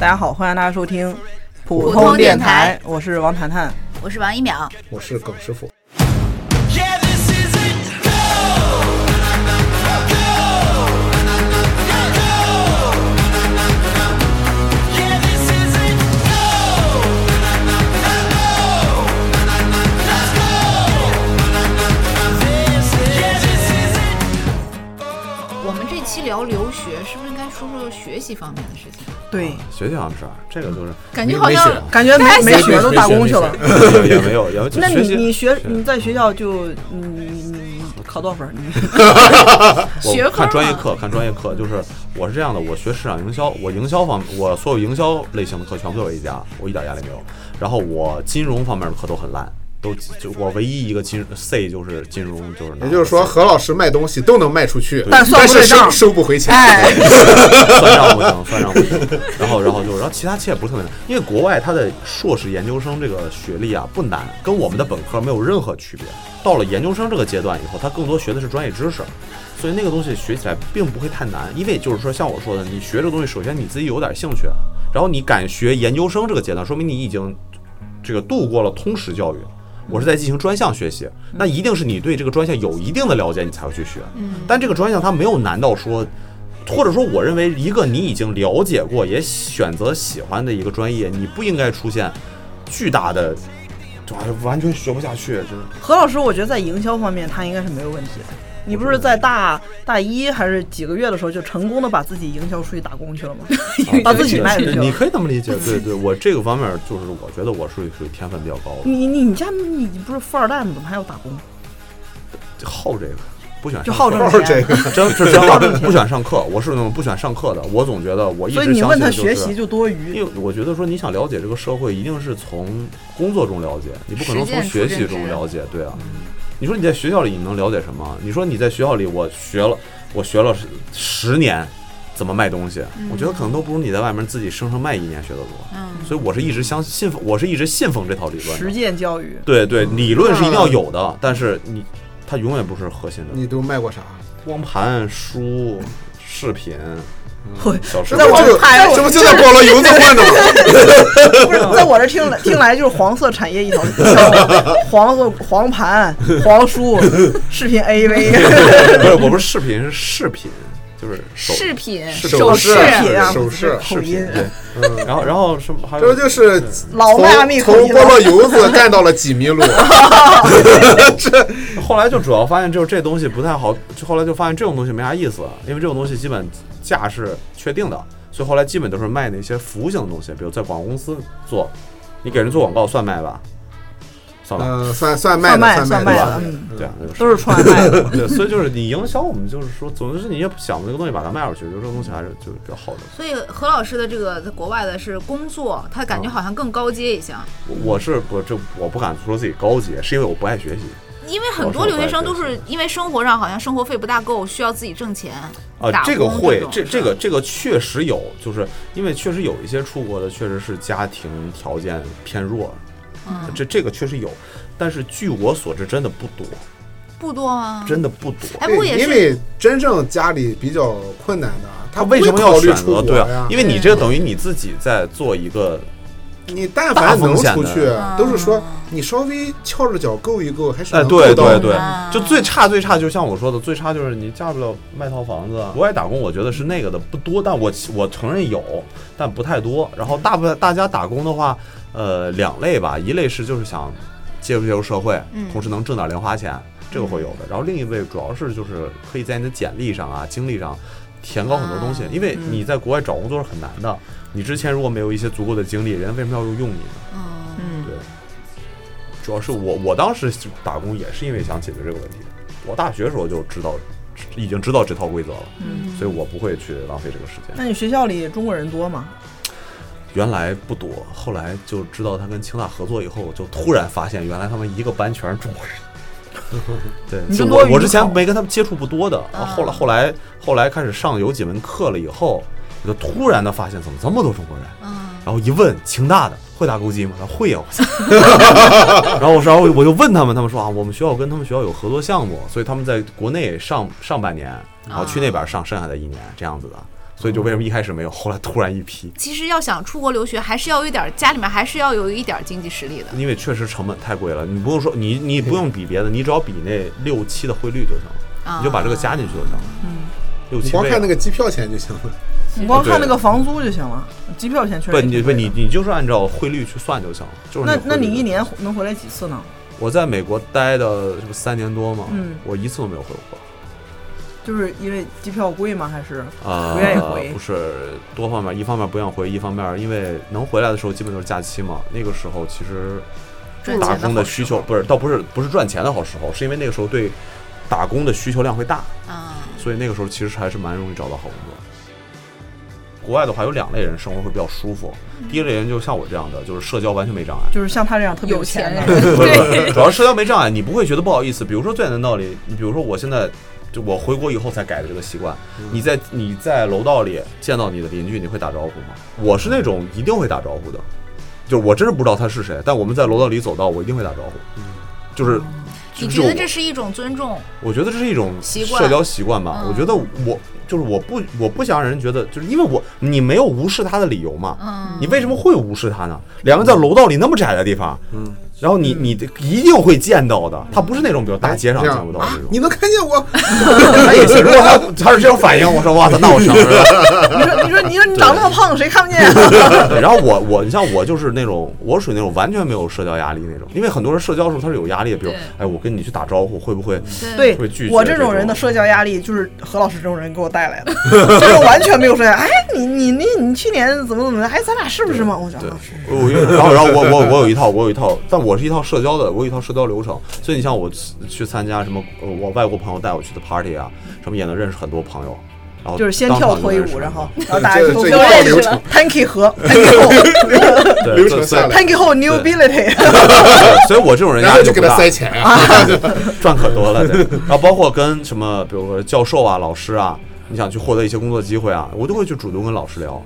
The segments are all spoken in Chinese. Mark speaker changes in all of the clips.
Speaker 1: 大家好，欢迎大家收听普
Speaker 2: 普通
Speaker 1: 电
Speaker 2: 电台
Speaker 1: 我是王谈谈。
Speaker 2: 我是王一淼，
Speaker 3: 我是耿师傅。
Speaker 4: Yeah, this is it. Go, go, go. Yeah, this is it. Go, go, let's go. This is yeah, this is it.
Speaker 2: 我们这期聊留学，是不是应该说说学习方面的事情？
Speaker 1: 对，
Speaker 5: 学这样的事儿，这个就是
Speaker 2: 嗯感觉
Speaker 5: 没
Speaker 2: 好像
Speaker 5: 没
Speaker 1: 感觉没没学都打工去了。
Speaker 5: 学 也没有，也没有就
Speaker 1: 那
Speaker 5: 学习
Speaker 1: 你你学你在学校就你你你考多少分儿？你
Speaker 5: 我
Speaker 2: 学科
Speaker 5: 看专业
Speaker 2: 嘛
Speaker 5: 课，看专业课就是我是这样的，我学市场营销，我营销方我所有营销类型的课全部都有一家，我一点压力没有。然后我金融方面的课都很烂，都就我唯一一个金 C 就是金融就是拿了 C，
Speaker 3: 也就是说，何老师卖东西都能卖出去，
Speaker 1: 但算不
Speaker 3: 是
Speaker 1: 对
Speaker 3: 收
Speaker 1: 账
Speaker 3: 收不回 钱。
Speaker 1: 哎，
Speaker 5: 算账不行，算账不行。然后，然后就，然后其他期也不是特别难，因为国外他的硕士研究生这个学历啊不难，跟我们的本科没有任何区别。到了研究生这个阶段以后，他更多学的是专业知识，所以那个东西学起来并不会太难。因为就是说，像我说的，你学这个东西，首先你自己有点兴趣，然后你敢学研究生这个阶段，说明你已经这个度过了通识教育。
Speaker 1: 嗯
Speaker 5: 我是在进行专项学习，那一定是你对这个专项有一定的了解，你才会去学。
Speaker 1: 嗯
Speaker 5: 但这个专项它没有难到说，或者说我认为一个你已经了解过也选择喜欢的一个专业，你不应该出现巨大的，就完全学不下去，真的。
Speaker 1: 何老师，我觉得在营销方面他应该是没有问题的。你不是在大大一还是几个月的时候就成功的把自己营销出去打工去了 吗？把自己卖出去
Speaker 5: 你
Speaker 1: 了。
Speaker 5: 可以这么理解，对对，我这个方面就是我觉得我是属于天分比较高的，
Speaker 1: 你你你家你不是富二代吗？怎么还要打工？
Speaker 5: 就好这个，不喜欢
Speaker 1: 就 好
Speaker 5: 这
Speaker 1: 挣
Speaker 5: 个。
Speaker 3: 都是这
Speaker 1: 钱。
Speaker 3: 个，
Speaker 5: 真是真好，不喜欢上课，我是那种不喜欢上课的。我总觉得我一直
Speaker 1: 所
Speaker 5: 相
Speaker 1: 以
Speaker 5: 信
Speaker 1: 你问他
Speaker 5: 就
Speaker 1: 学
Speaker 5: 是
Speaker 1: 习就多余
Speaker 5: 因。为我觉得说你想了解这个社会，一定是从工作中了解，你不可能
Speaker 2: 实
Speaker 5: 从
Speaker 2: 践
Speaker 5: 学
Speaker 2: 出
Speaker 5: 习
Speaker 2: 认
Speaker 5: 中
Speaker 2: 知
Speaker 5: 了解，对啊。你说你在学校里你能了解什么？你说你在学校里我学了，我学了十十年怎么卖东西，我觉得可能都不如你在外面自己生生卖一年学得多。
Speaker 2: 嗯，
Speaker 5: 所以我是一直相信奉，我是一直信奉这套理论
Speaker 1: 实
Speaker 5: 的。
Speaker 1: 践教育，
Speaker 5: 对对，理论是一定要有的，但是你它永远不是核心的。
Speaker 3: 你都卖过啥？
Speaker 5: 光盘、书、视频、
Speaker 1: 我
Speaker 5: 小
Speaker 1: 是
Speaker 5: 说，
Speaker 1: 在我
Speaker 3: 这
Speaker 1: 这
Speaker 3: 不
Speaker 1: 拍
Speaker 3: 这不就在菠萝油子混 的吗？
Speaker 1: 不是在我这听来听来就是黄色产业一条路，黄色黄盘、黄书、视频 AV，
Speaker 5: 不是，我不是视频，是饰品，就是手
Speaker 2: 饰品、
Speaker 5: 是
Speaker 2: 首
Speaker 3: 饰
Speaker 2: 饰、
Speaker 1: 对啊
Speaker 3: 首饰
Speaker 1: 口音。
Speaker 5: 对，然后然后什么还
Speaker 3: 嗯这不
Speaker 5: 有
Speaker 3: 就是
Speaker 1: 老
Speaker 3: 从
Speaker 1: 迈阿密口
Speaker 3: 从
Speaker 1: 音了
Speaker 3: 菠萝 油子干到了几米路？
Speaker 5: 后来就主要发现就是这东西不太好，就后来就发现这种东西没啥意思，因为这种东西基本价是确定的，所以后来基本都是卖那些服务性的东西，比如在广告公司做，你给人做广告算卖吧，算吧，
Speaker 3: 嗯，算算卖
Speaker 1: 算卖
Speaker 3: 的，算
Speaker 1: 算卖
Speaker 3: 的
Speaker 1: 了，嗯，
Speaker 5: 对啊，那就是
Speaker 1: 都是穿卖 的。
Speaker 5: 对，所以就是你营销，我们就是说，总之是你要想的这个东西把它卖出去，就这个东西还是就是比较好的。
Speaker 2: 所以何老师的这个在国外的是工作，他感觉好像更高阶一些，
Speaker 5: 我是我这我不敢说自己高级，是因为我不爱学习。
Speaker 2: 因为很多留学生都是因为生活上好像生活费不大够，需要自己挣钱。
Speaker 5: 啊
Speaker 2: 打，
Speaker 5: 这个
Speaker 2: 工
Speaker 5: 会，
Speaker 2: 种
Speaker 5: 这
Speaker 2: 是
Speaker 5: 这
Speaker 2: 吧
Speaker 5: 个这个确实有，就是因为确实有一些出国的，确实是家庭条件偏弱，
Speaker 2: 嗯
Speaker 5: 这这个确实有，但是据我所知，真的不多，
Speaker 2: 不多
Speaker 6: 嗯
Speaker 2: 啊。
Speaker 5: 真的不多。
Speaker 2: 哎，不过也
Speaker 3: 因
Speaker 2: 是，
Speaker 3: 为真正家里比较困难的，啊
Speaker 5: 他
Speaker 3: 不
Speaker 5: 为什么
Speaker 3: 会考
Speaker 5: 要
Speaker 3: 虑
Speaker 5: 选
Speaker 3: 出
Speaker 5: 择？
Speaker 3: 国
Speaker 5: 对
Speaker 3: 呀
Speaker 5: 啊，因为你这个等于你自己在做一个，
Speaker 3: 你但凡能出
Speaker 5: 大风
Speaker 3: 去
Speaker 5: 险，
Speaker 2: 的
Speaker 3: 都是说你稍微翘着脚够一够，还是
Speaker 5: 哎，
Speaker 3: 能够
Speaker 5: 对
Speaker 3: 到
Speaker 5: 对
Speaker 3: 的。
Speaker 5: 对
Speaker 2: 啊，
Speaker 5: 就最差最差，就像我说的，最差就是你嫁不了卖套房子。国外打工，我觉得是那个的不多，但我我承认有，但不太多。然后大部分大家打工的话，呃，两类吧，一类是就是想接触接触社会，
Speaker 2: 嗯
Speaker 5: 同时能挣点零花钱，这个会有的。然后另一类主要是就是可以在你的简历上啊、经历上填高很多东西
Speaker 2: 啊，
Speaker 5: 因为你在国外找工作是很难的。你之前如果没有一些足够的经历，人家为什么要用你呢？
Speaker 2: 嗯，
Speaker 1: 嗯，
Speaker 5: 对，主要是我我当时打工也是因为想解决这个问题。我大学时候就知道，已经知道这套规则了，
Speaker 1: 嗯
Speaker 5: 所以我不会去浪费这个时间。
Speaker 1: 那你学校里中国人多吗？
Speaker 5: 原来不多，后来就知道他跟清大合作以后，就突然发现原来他们一个班全是中国人。对，
Speaker 1: 你
Speaker 5: 就
Speaker 1: 就
Speaker 5: 我
Speaker 1: 多余
Speaker 5: 我之
Speaker 1: 考
Speaker 5: 前没跟他们接触不多的，
Speaker 1: 嗯
Speaker 2: 啊
Speaker 5: 后来后来后来开始上有几门课了以后，我就突然的发现怎么这么多中国人。
Speaker 2: 嗯，
Speaker 5: 然后一问清大的会打钩机吗？他说会啊呀、我操！然后我说，然后我就问他们，他们说啊，我们学校跟他们学校有合作
Speaker 1: 啊
Speaker 5: 项目，所以他们在国内上上半年，然后去那边上剩下的一年这样子的。所以就为什么一开始没有，后来突然一批，
Speaker 2: 其实要想出国留学，还是要有一点儿家里面还是要有一点儿经济实力的。
Speaker 5: 因为确实成本太贵了。你不用说，你你不用比别的，你只要比那六七的汇率就行了，
Speaker 2: 啊
Speaker 5: 你就把这个加进去就行了。嗯，六
Speaker 3: 你
Speaker 5: 七
Speaker 3: 光
Speaker 5: 倍
Speaker 3: 看那个机票钱就行了。
Speaker 1: 你光看那个房租就行了，机票钱确
Speaker 5: 不
Speaker 1: 实
Speaker 5: 你
Speaker 1: 挺
Speaker 5: 不
Speaker 1: 贵的。
Speaker 5: 你你就是按照汇率去算就行了。就是
Speaker 1: 那
Speaker 5: 汇率
Speaker 1: 那你一
Speaker 5: 就
Speaker 1: 年
Speaker 5: 行
Speaker 1: 能回来几次呢？
Speaker 5: 我在美国待的这不三年多嘛，
Speaker 1: 嗯
Speaker 5: 我一次都没有回国。
Speaker 1: 就是因为机票贵吗？还是
Speaker 5: 啊，
Speaker 1: 不愿意回
Speaker 5: 不是多方面，一方面不愿意回，一方面因为能回来的时候基本都是假期嘛。那个时候其实
Speaker 2: 赚
Speaker 5: 打
Speaker 2: 钱
Speaker 5: 工
Speaker 2: 的
Speaker 5: 的需求不是，倒不是不是赚钱的好时候，是因为那个时候对打工的需求量会大，
Speaker 2: 啊，
Speaker 5: 所以那个时候其实还是蛮容易找到好工作。国外的话有两类人生活会比较舒服，
Speaker 2: 嗯
Speaker 5: 第一类人就像我这样的，就是社交完全没障碍。
Speaker 1: 就是像他这样特别
Speaker 2: 有
Speaker 1: 钱
Speaker 2: 钱
Speaker 1: 的？
Speaker 2: 人
Speaker 5: 不是不是 主要是社交没障碍，你不会觉得不好意思。比如说最简单的道理，你比如说我现在就我回国以后才改的这个习惯，你在你在楼道里见到你的邻居，你会打招呼吗？我是那种一定会打招呼的，就是我真是不知道他是谁，但我们在楼道里走到，我一定会打招呼，就是。
Speaker 2: 你
Speaker 5: 就是
Speaker 2: 觉
Speaker 5: 我
Speaker 2: 得这是一种尊重？
Speaker 5: 我觉得这是一种
Speaker 2: 习惯
Speaker 5: 社交习惯吧。
Speaker 2: 嗯
Speaker 5: 我觉得我就是我不我不想让人觉得，就是因为我你没有无视他的理由嘛。
Speaker 2: 嗯
Speaker 5: 你为什么会无视他呢？两个人在楼道里那么窄的地方，
Speaker 3: 嗯，
Speaker 5: 然后你你一定会见到的。他不是那种比如大街上
Speaker 3: 这
Speaker 5: 见
Speaker 3: 样
Speaker 5: 不到
Speaker 3: 啊
Speaker 5: 那，
Speaker 3: 你
Speaker 5: 种。
Speaker 3: 能看见我？
Speaker 5: 他也是，如果他他是这种反应，我说哇操，那我承认了。
Speaker 1: 你说你说你说你长那么胖，谁看不见啊？
Speaker 5: 对， 然后我我你像我就是那种我属于那种完全没有社交压力那种，因为很多人社交的时候他是有压力的，比如
Speaker 2: 对
Speaker 5: 哎我跟你去打招呼会不会
Speaker 2: 嗯
Speaker 1: 对
Speaker 5: 会拒绝
Speaker 1: 我
Speaker 5: 这
Speaker 1: 这种人的
Speaker 5: 种
Speaker 1: 社交压力，就是何老师这种人给我带来 的，就是完全没有社交。哎，你你你你去年怎么怎么的？哎，咱俩是不是嘛？我想
Speaker 5: 对
Speaker 1: 啊是，
Speaker 5: 我我因为然后然后我我我有一套我有一套，但我是一套社交的，我有一套社交流程。所以你像我去参加什么，呃我外国朋友带我去的 party 啊，什么也能认识很多朋友。然
Speaker 1: 嗯
Speaker 5: 后
Speaker 1: 就是先
Speaker 5: 当
Speaker 1: 跳
Speaker 5: 场就
Speaker 1: 脱衣
Speaker 5: 认识
Speaker 1: 舞，
Speaker 5: 了
Speaker 1: 然后然后大家
Speaker 3: 这
Speaker 1: 就哎
Speaker 3: 这一
Speaker 1: 都
Speaker 3: 套
Speaker 1: 认识
Speaker 3: 流
Speaker 1: 了
Speaker 3: 程。
Speaker 1: Tanky 和 Tanky 后
Speaker 5: 对
Speaker 3: 流
Speaker 5: 所以
Speaker 3: 程
Speaker 5: 所以
Speaker 3: 下来
Speaker 1: Tanky 后 New Ability，
Speaker 5: 对所以我这种人
Speaker 3: 然
Speaker 5: 压
Speaker 3: 后
Speaker 5: 力
Speaker 3: 就给
Speaker 5: 不
Speaker 3: 他
Speaker 5: 大
Speaker 3: 塞钱啊！
Speaker 5: 赚可多了。对 然后包括跟什么，比如说教授啊、老师啊，你想去获得一些工作机会啊，我都会去主动跟老师聊。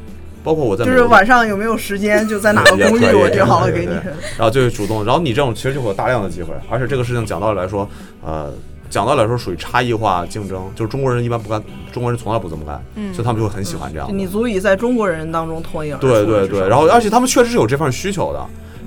Speaker 5: 包括我在
Speaker 1: 就
Speaker 5: 美
Speaker 1: 是
Speaker 5: 国
Speaker 1: 晚上有没有时间就在哪个
Speaker 5: 也
Speaker 1: 公寓
Speaker 5: 可以
Speaker 1: 我就好了给你
Speaker 5: 对。对对然后就是主动，然后你这种其实就会有大量的机会，而且这个事情讲道理来说，呃，讲道理来说属于差异化竞争，就是中国人一般不干，中国人从来不这么干，所以他们就会很喜欢这样的。
Speaker 1: 嗯你足以在中国人当中脱颖而出。
Speaker 5: 对对
Speaker 1: 至少
Speaker 5: 对，然后而且他们确实是有这份需求的。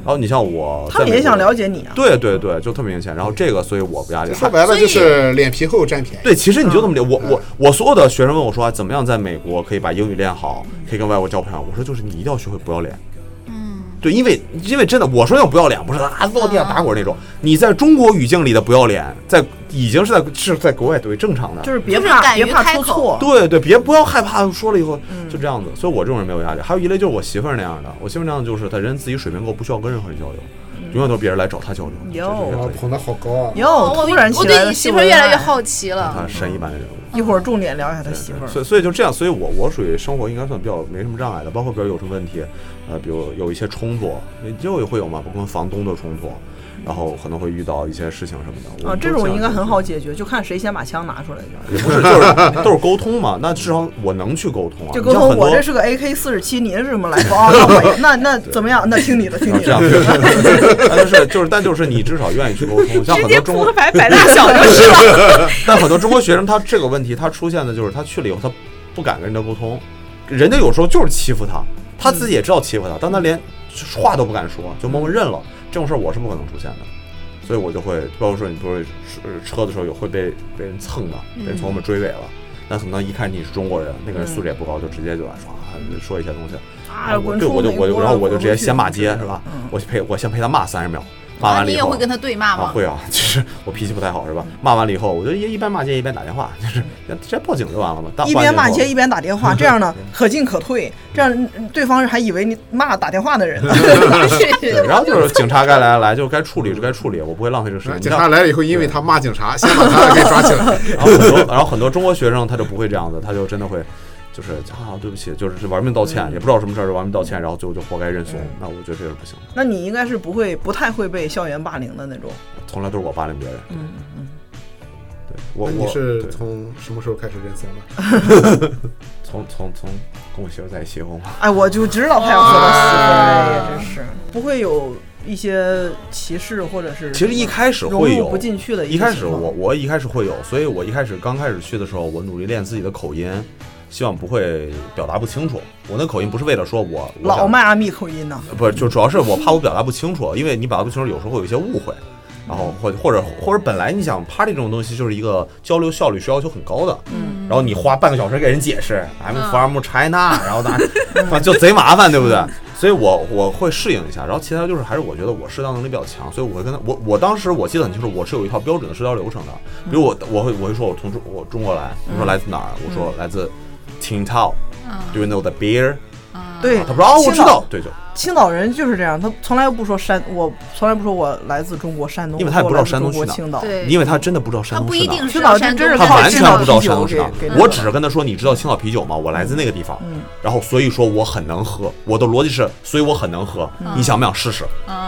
Speaker 5: 然后你像我，
Speaker 1: 他们也想了。解你啊。
Speaker 5: 对对对，就特别明显。然后这个，所以我不压 力。
Speaker 3: 说白了就是脸皮厚占便宜。
Speaker 5: 对，其实你就这么理，
Speaker 1: 嗯
Speaker 5: 我我我所有的学生问我说、啊怎么样在美国可以把英语练好，可以跟外国交朋友？我说就是你一定要学会不要脸。嗯，对，因为因为真的，我说那种不要脸，不是啊落地上打滚那种。你在中国语境里的不要脸，在已经是在是在国外对正常的。
Speaker 1: 就是别
Speaker 2: 就是
Speaker 1: 怕，
Speaker 2: 敢于
Speaker 1: 别怕
Speaker 2: 开
Speaker 1: 出
Speaker 2: 口
Speaker 1: 错。
Speaker 5: 对对，别不要害怕，说了以后
Speaker 1: 嗯
Speaker 5: 就这样子。所以我这种人没有压力。还有一类就是我媳妇儿那样的，我媳妇儿那样就是她人自己水平够，不需要跟任何人交流，永远都是别人来找她交流。这是
Speaker 1: 哟
Speaker 5: 也
Speaker 3: 哇，
Speaker 5: 可以
Speaker 3: 捧得好高啊！
Speaker 1: 哟，哦突然
Speaker 2: 哦我
Speaker 1: 起来
Speaker 2: 对
Speaker 1: 的
Speaker 2: 你媳
Speaker 1: 新
Speaker 2: 妇儿
Speaker 1: 闻
Speaker 2: 越来越
Speaker 1: 啊
Speaker 2: 好奇了
Speaker 5: 她。是神一般的人物。
Speaker 1: 一会儿重点聊一下他媳妇儿。
Speaker 5: 所以所以就这样，所以我我属于生活应该算比较没什么障碍的，包括比如有什么问题，呃，比如有一些冲突，就也会有嘛，包括跟房东的冲突，然后可能会遇到一些事情什么的。
Speaker 1: 啊
Speaker 5: 我，
Speaker 1: 这种应该很好
Speaker 5: 解，
Speaker 1: 解决，就看谁先把枪拿出来就
Speaker 5: 也
Speaker 1: 好。
Speaker 5: 不是就是都是沟通嘛，那至少我能去沟通啊。
Speaker 1: 就沟
Speaker 5: 你像
Speaker 1: 通，
Speaker 5: 很
Speaker 1: 我
Speaker 5: 多
Speaker 1: 这是个 AK 四十七，你是什么来风啊？那我也那那怎么样？那听你的，听
Speaker 5: 啊
Speaker 1: 你
Speaker 5: 这 样
Speaker 1: 的。，
Speaker 5: 但是就是但就是你至少愿意去沟通，像很多中国
Speaker 2: 牌摆大小就是了。
Speaker 5: 但很多中国学生他这个问题，他出现的就是他去了以后，他不敢跟人家沟通，人家有时候就是欺负他，他
Speaker 1: 嗯
Speaker 5: 自己也知道欺负他，但他连话都不敢说，就默默认了。这种事儿我是不可能出现的，所以我就会，包括说你不是呃车的时候有会被被人蹭嘛，被人
Speaker 1: 嗯
Speaker 5: 从后面追尾了。那可能一看你是中国人，那个人素质也不高，就直接就来说啊，说一些东西
Speaker 1: 啊
Speaker 5: 我
Speaker 1: 滚
Speaker 5: 对
Speaker 1: 出
Speaker 5: 我就
Speaker 1: 美
Speaker 5: 我就
Speaker 1: 国
Speaker 5: 然后我
Speaker 1: 滚
Speaker 5: 就
Speaker 1: 出
Speaker 5: 直接
Speaker 1: 去
Speaker 5: 先骂街
Speaker 1: 嗯啊
Speaker 5: 是吧？我去陪我先陪他骂三十秒，骂完了
Speaker 2: 你
Speaker 5: 以
Speaker 2: 也
Speaker 5: 后
Speaker 2: 会跟他对骂
Speaker 5: 啊，
Speaker 2: 吗？
Speaker 5: 会啊， 就是我脾气不太好是吧？骂完了以后，我就一一边骂街一边打电话，就是直接报警就完了嘛。当
Speaker 1: 一边骂街
Speaker 5: 一
Speaker 1: 一边打电 话，这样呢可进可退，这样嗯对方还以为你骂打电话的人呢。
Speaker 5: 对，然后就是警察该来来，就该处理就该处理，我不会浪费这个时间。
Speaker 3: 警察来了以后，因为他骂警 察，先把他给抓起来。
Speaker 5: 然后很多，然后很多中国学生他就不会这样子，他就真的会，就是啊，对不起，就是玩命道歉，也不知道什么事儿就玩命道歉，然后最后就活该认怂。那我觉得这是不行，
Speaker 1: 那你应该是不会不太会被校园霸凌的那种。
Speaker 5: 从来都是我霸凌别人。嗯嗯，对我
Speaker 3: 那你
Speaker 5: 我
Speaker 3: 是
Speaker 5: 对
Speaker 3: 从什么时候开始认怂的？
Speaker 5: 从从从跟我媳妇在一起以后嘛，
Speaker 1: 哎，我就知道他要说到死了，也真是不会有一些歧视或者是
Speaker 5: 其实一开始
Speaker 1: 融
Speaker 5: 会有
Speaker 1: 入不进去的些
Speaker 5: 一开始
Speaker 1: 情况
Speaker 5: 我我一开始会有，所以我一开始刚开始去的时候，我努力练自己的口音，希望不会表达不清楚。我那口音不是为了说我我
Speaker 1: 老
Speaker 5: 想
Speaker 1: 迈阿密口音呢，
Speaker 5: 不是，就主要是我怕我表达不清楚，因为你表达不清楚，有时候会有一些误会，然后或或者或者本来你想 party 这种东西就是一个交流效率需要求很高的，嗯，然后你花半个小时给人解释 I'm from China，然后那就贼麻烦，对不对？所以我我会适应一下，然后其他就是还是我觉得我社交能力比较强，所以我会跟他我我当时我记得很清楚，我是有一套标准的社交流程的，比如我我会我会说我从中我中国来，我说来自哪儿，我说来自 Qingdao，Do
Speaker 2: 嗯
Speaker 5: you know the beer？
Speaker 1: 对，
Speaker 5: 他说啊我
Speaker 1: 青
Speaker 5: 知
Speaker 1: 岛
Speaker 5: 道，对就。
Speaker 1: 青岛人就是这样，他从来不说山，我从来不说我来自中国山东，
Speaker 5: 因为他也不知道
Speaker 1: 我说我来自
Speaker 5: 山东
Speaker 1: 中
Speaker 5: 去
Speaker 1: 国青岛，
Speaker 2: 对，
Speaker 5: 因为他真的不知道山
Speaker 2: 他
Speaker 5: 东
Speaker 2: 不
Speaker 5: 是
Speaker 2: 一
Speaker 5: 哪儿
Speaker 2: 定
Speaker 1: 青岛
Speaker 2: 道
Speaker 1: 这
Speaker 2: 山
Speaker 1: 真是
Speaker 2: 东
Speaker 5: 他
Speaker 1: 靠
Speaker 5: 完
Speaker 1: 近
Speaker 5: 全
Speaker 1: 的
Speaker 5: 不知道
Speaker 1: 啤
Speaker 5: 山
Speaker 1: 酒
Speaker 5: 东是哪儿
Speaker 1: 给给。
Speaker 5: 我
Speaker 1: 弄嗯
Speaker 5: 只是跟他说你知道青岛啤酒吗？我来自那个地方，然后所以说我很能喝。我的逻辑是，所以我很能喝。
Speaker 1: 嗯
Speaker 5: 你想不想试试？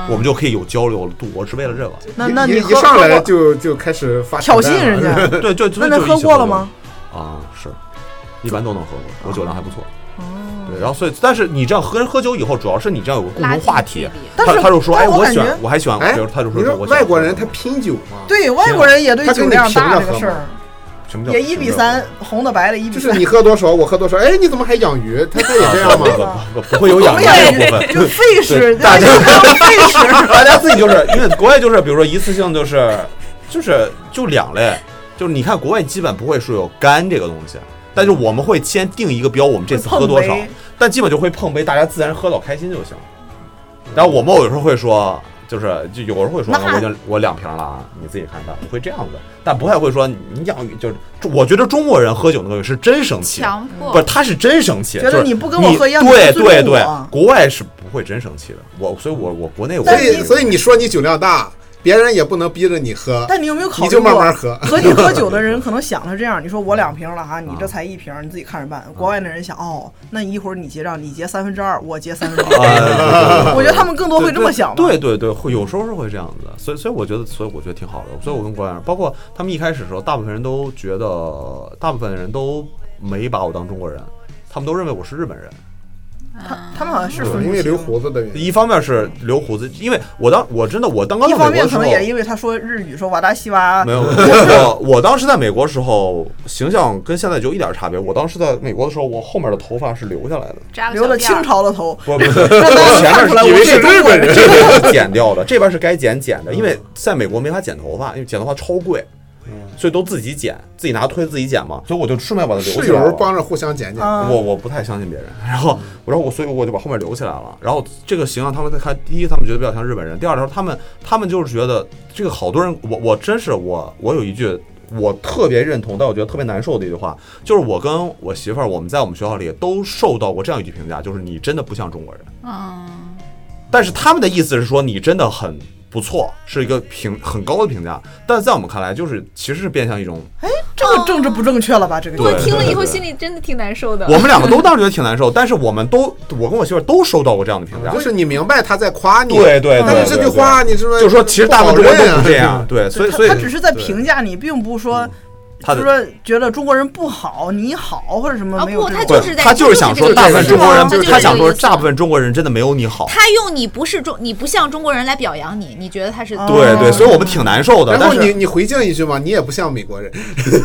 Speaker 5: 我们就可以有交流了。度我是为了这个。
Speaker 1: 那那
Speaker 3: 一
Speaker 1: 你
Speaker 3: 一
Speaker 1: 喝
Speaker 3: 上来
Speaker 1: 喝过
Speaker 3: 就就开始发
Speaker 1: 挑
Speaker 3: 扯淡
Speaker 1: 衅人
Speaker 3: 了
Speaker 1: 家，
Speaker 5: 对，就就
Speaker 1: 那那
Speaker 5: 就一
Speaker 1: 喝
Speaker 5: 起
Speaker 1: 过了吗？
Speaker 5: 啊，是，一般都能喝过。我酒量还不错。
Speaker 1: 哦
Speaker 5: 对，然后所以，但是你这样喝喝酒以后，主要是你这样有个共
Speaker 2: 拉
Speaker 5: 同
Speaker 2: 近
Speaker 5: 话
Speaker 2: 距
Speaker 5: 题
Speaker 2: 离。
Speaker 5: 他
Speaker 1: 但是
Speaker 5: 他就说，
Speaker 1: 但
Speaker 5: 哎，
Speaker 1: 是我
Speaker 5: 我
Speaker 1: 感
Speaker 5: 喜欢
Speaker 1: 觉，
Speaker 5: 我还喜欢，
Speaker 3: 哎
Speaker 5: 比如，他就
Speaker 3: 你
Speaker 5: 说，
Speaker 3: 说
Speaker 5: 我喜欢
Speaker 3: 外国
Speaker 5: 喝
Speaker 3: 人
Speaker 5: 什
Speaker 3: 他
Speaker 5: 么
Speaker 3: 拼酒嘛，，
Speaker 1: 对外国人也对
Speaker 3: 他
Speaker 1: 酒
Speaker 3: 跟你
Speaker 1: 量
Speaker 3: 平
Speaker 1: 大
Speaker 3: 着
Speaker 1: 这个
Speaker 3: 喝
Speaker 1: 事
Speaker 3: 嘛
Speaker 1: 儿，
Speaker 5: 什么叫
Speaker 1: 也一比三，红的白的，一比
Speaker 3: 就
Speaker 1: 三，
Speaker 3: 是你喝多少我喝多少，哎，你怎么还养鱼？他他也这样
Speaker 5: 不不
Speaker 3: 吗？
Speaker 5: 啊不不不会有养
Speaker 1: 对
Speaker 5: 鱼这个部分。
Speaker 1: 就费事，
Speaker 5: 大家
Speaker 1: 费事。
Speaker 5: 大家自己就是因为国外就是，比如说一次性就是就是就两类，就是你看国外基本不会说有干这个东西，但是我们会先定一个标，我们这次喝多少
Speaker 1: 会碰杯，
Speaker 5: 但基本就会碰杯，大家自然喝到开心就行。然后我们有时候会说。就是就有人会说，
Speaker 1: 那
Speaker 5: 我已经我两瓶了啊，你自己看吧。我会这样子，但不太会说你养鱼。就是我觉得中国人喝酒那个是真生气，
Speaker 2: 强
Speaker 5: 不是
Speaker 2: 迫，
Speaker 5: 他是真生气，
Speaker 1: 觉得
Speaker 5: 就是
Speaker 1: 你不跟我喝一样你
Speaker 5: 对
Speaker 1: 不尊
Speaker 5: 对
Speaker 1: 重
Speaker 5: 对
Speaker 1: 我，
Speaker 5: 国外是不会真生气的。我所以我，我国内我
Speaker 3: 所
Speaker 1: 但
Speaker 3: 以所以你说你酒量大，别人也不能逼着你喝，
Speaker 1: 但你有没有考
Speaker 3: 你
Speaker 1: 虑
Speaker 3: 就
Speaker 1: 过，
Speaker 3: 慢慢喝。
Speaker 1: 和你喝酒的人可能想的是这样，你说我两瓶了哈，你
Speaker 5: 啊
Speaker 1: 这才一瓶，你自己看着办。国外的人想，哦，那一会儿你结账，你结三分之二，我结三分 之
Speaker 5: 啊，
Speaker 1: 二。
Speaker 5: 对
Speaker 1: 我觉得他们更多会这么想吧。
Speaker 5: 对对对，会有时候是会这样子的，所以所以我觉得，所以我觉得挺好的。所以我跟国外人，包括他们一开始的时候，大部分人都觉得，大部分人都没把我当中国人，他们都认为我是日本人。
Speaker 1: 他啊他们好像是分不
Speaker 3: 因为
Speaker 1: 清
Speaker 3: 留胡子的原因，
Speaker 5: 一方面是留胡子，因为我当我真的我当刚
Speaker 1: 一
Speaker 5: 到
Speaker 1: 方
Speaker 5: 美国
Speaker 1: 面
Speaker 5: 的时
Speaker 1: 可
Speaker 5: 候
Speaker 1: 能，也因为他说日语，说瓦达西娃
Speaker 5: 没，有，我我当时在美国时候形象跟现在就一点差别。我当时在美国的时候，我后面的头发是留下 来的，
Speaker 2: 扎个
Speaker 1: 留
Speaker 2: 小
Speaker 1: 了
Speaker 2: 辫儿
Speaker 1: 清朝的头，
Speaker 5: 我不是
Speaker 1: 让大
Speaker 5: 我
Speaker 1: 家
Speaker 5: 前
Speaker 1: 看
Speaker 5: 面
Speaker 1: 出来
Speaker 5: 以
Speaker 1: 我
Speaker 5: 为
Speaker 1: 是中
Speaker 3: 日
Speaker 1: 国
Speaker 3: 本
Speaker 1: 人。
Speaker 3: 人，
Speaker 5: 这边是剪掉的，这边是该剪剪的，因为在美国没法剪头发，因为剪头发超贵，所以都自己剪，自己拿推自己剪嘛，嗯所以我就顺便把它留
Speaker 3: 室
Speaker 5: 起来
Speaker 3: 友
Speaker 5: 了。
Speaker 3: 帮着互相剪剪。
Speaker 1: 啊
Speaker 5: 我我不太相信别人， 然后然后我所以我就把后面留起来了。然后这个形象他们在看，第一他们觉得比较像日本人，第二他们他们就是觉得这个好多人，我我真是我我有一句我特别认同，但我觉得特别难受的一句话，就是我跟我媳妇儿我们在我们学校里都受到过这样一句评价，就是你真的不像中国人。
Speaker 2: 嗯，
Speaker 5: 但是他们的意思是说你真的很不错，是一个评很高的评价，但在我们看来就是其实是变相一种，
Speaker 1: 这个政治不正确了吧？这个
Speaker 5: 对
Speaker 1: 就
Speaker 6: 听了以后
Speaker 5: 对
Speaker 6: 心里真的挺难受的。
Speaker 5: 我们两个 都当时觉得挺难受，但是我们都我跟我媳妇儿都收到过这样的评价，
Speaker 3: 就是你明白他在夸你，
Speaker 5: 对对对，
Speaker 3: 但是这句话你是不
Speaker 5: 对
Speaker 3: 是
Speaker 5: 就是说其实大部分中国人都不这样，
Speaker 3: 不
Speaker 5: 对，所以
Speaker 1: 他
Speaker 5: 所以
Speaker 1: 他只是在评价你，并不说。
Speaker 5: 他
Speaker 1: 就
Speaker 5: 的
Speaker 1: 是说觉得中国人不好，你好或者什么
Speaker 2: 啊
Speaker 1: 没有
Speaker 2: 不
Speaker 1: 这
Speaker 2: 他
Speaker 1: 种
Speaker 5: 对
Speaker 2: 就是在
Speaker 5: 他就是想说大部分中国人
Speaker 2: 就是这，个
Speaker 5: 他想说
Speaker 2: 意思
Speaker 5: 大部分中国人真的没有你好，
Speaker 2: 他用你不是中，你不像中国人来表扬你，你觉得他是
Speaker 1: 哦
Speaker 5: 对对，所以我们挺难受的。
Speaker 3: 啊然后
Speaker 5: 但
Speaker 3: 你
Speaker 5: 是
Speaker 3: 你回敬一句嘛，你也不像美国人，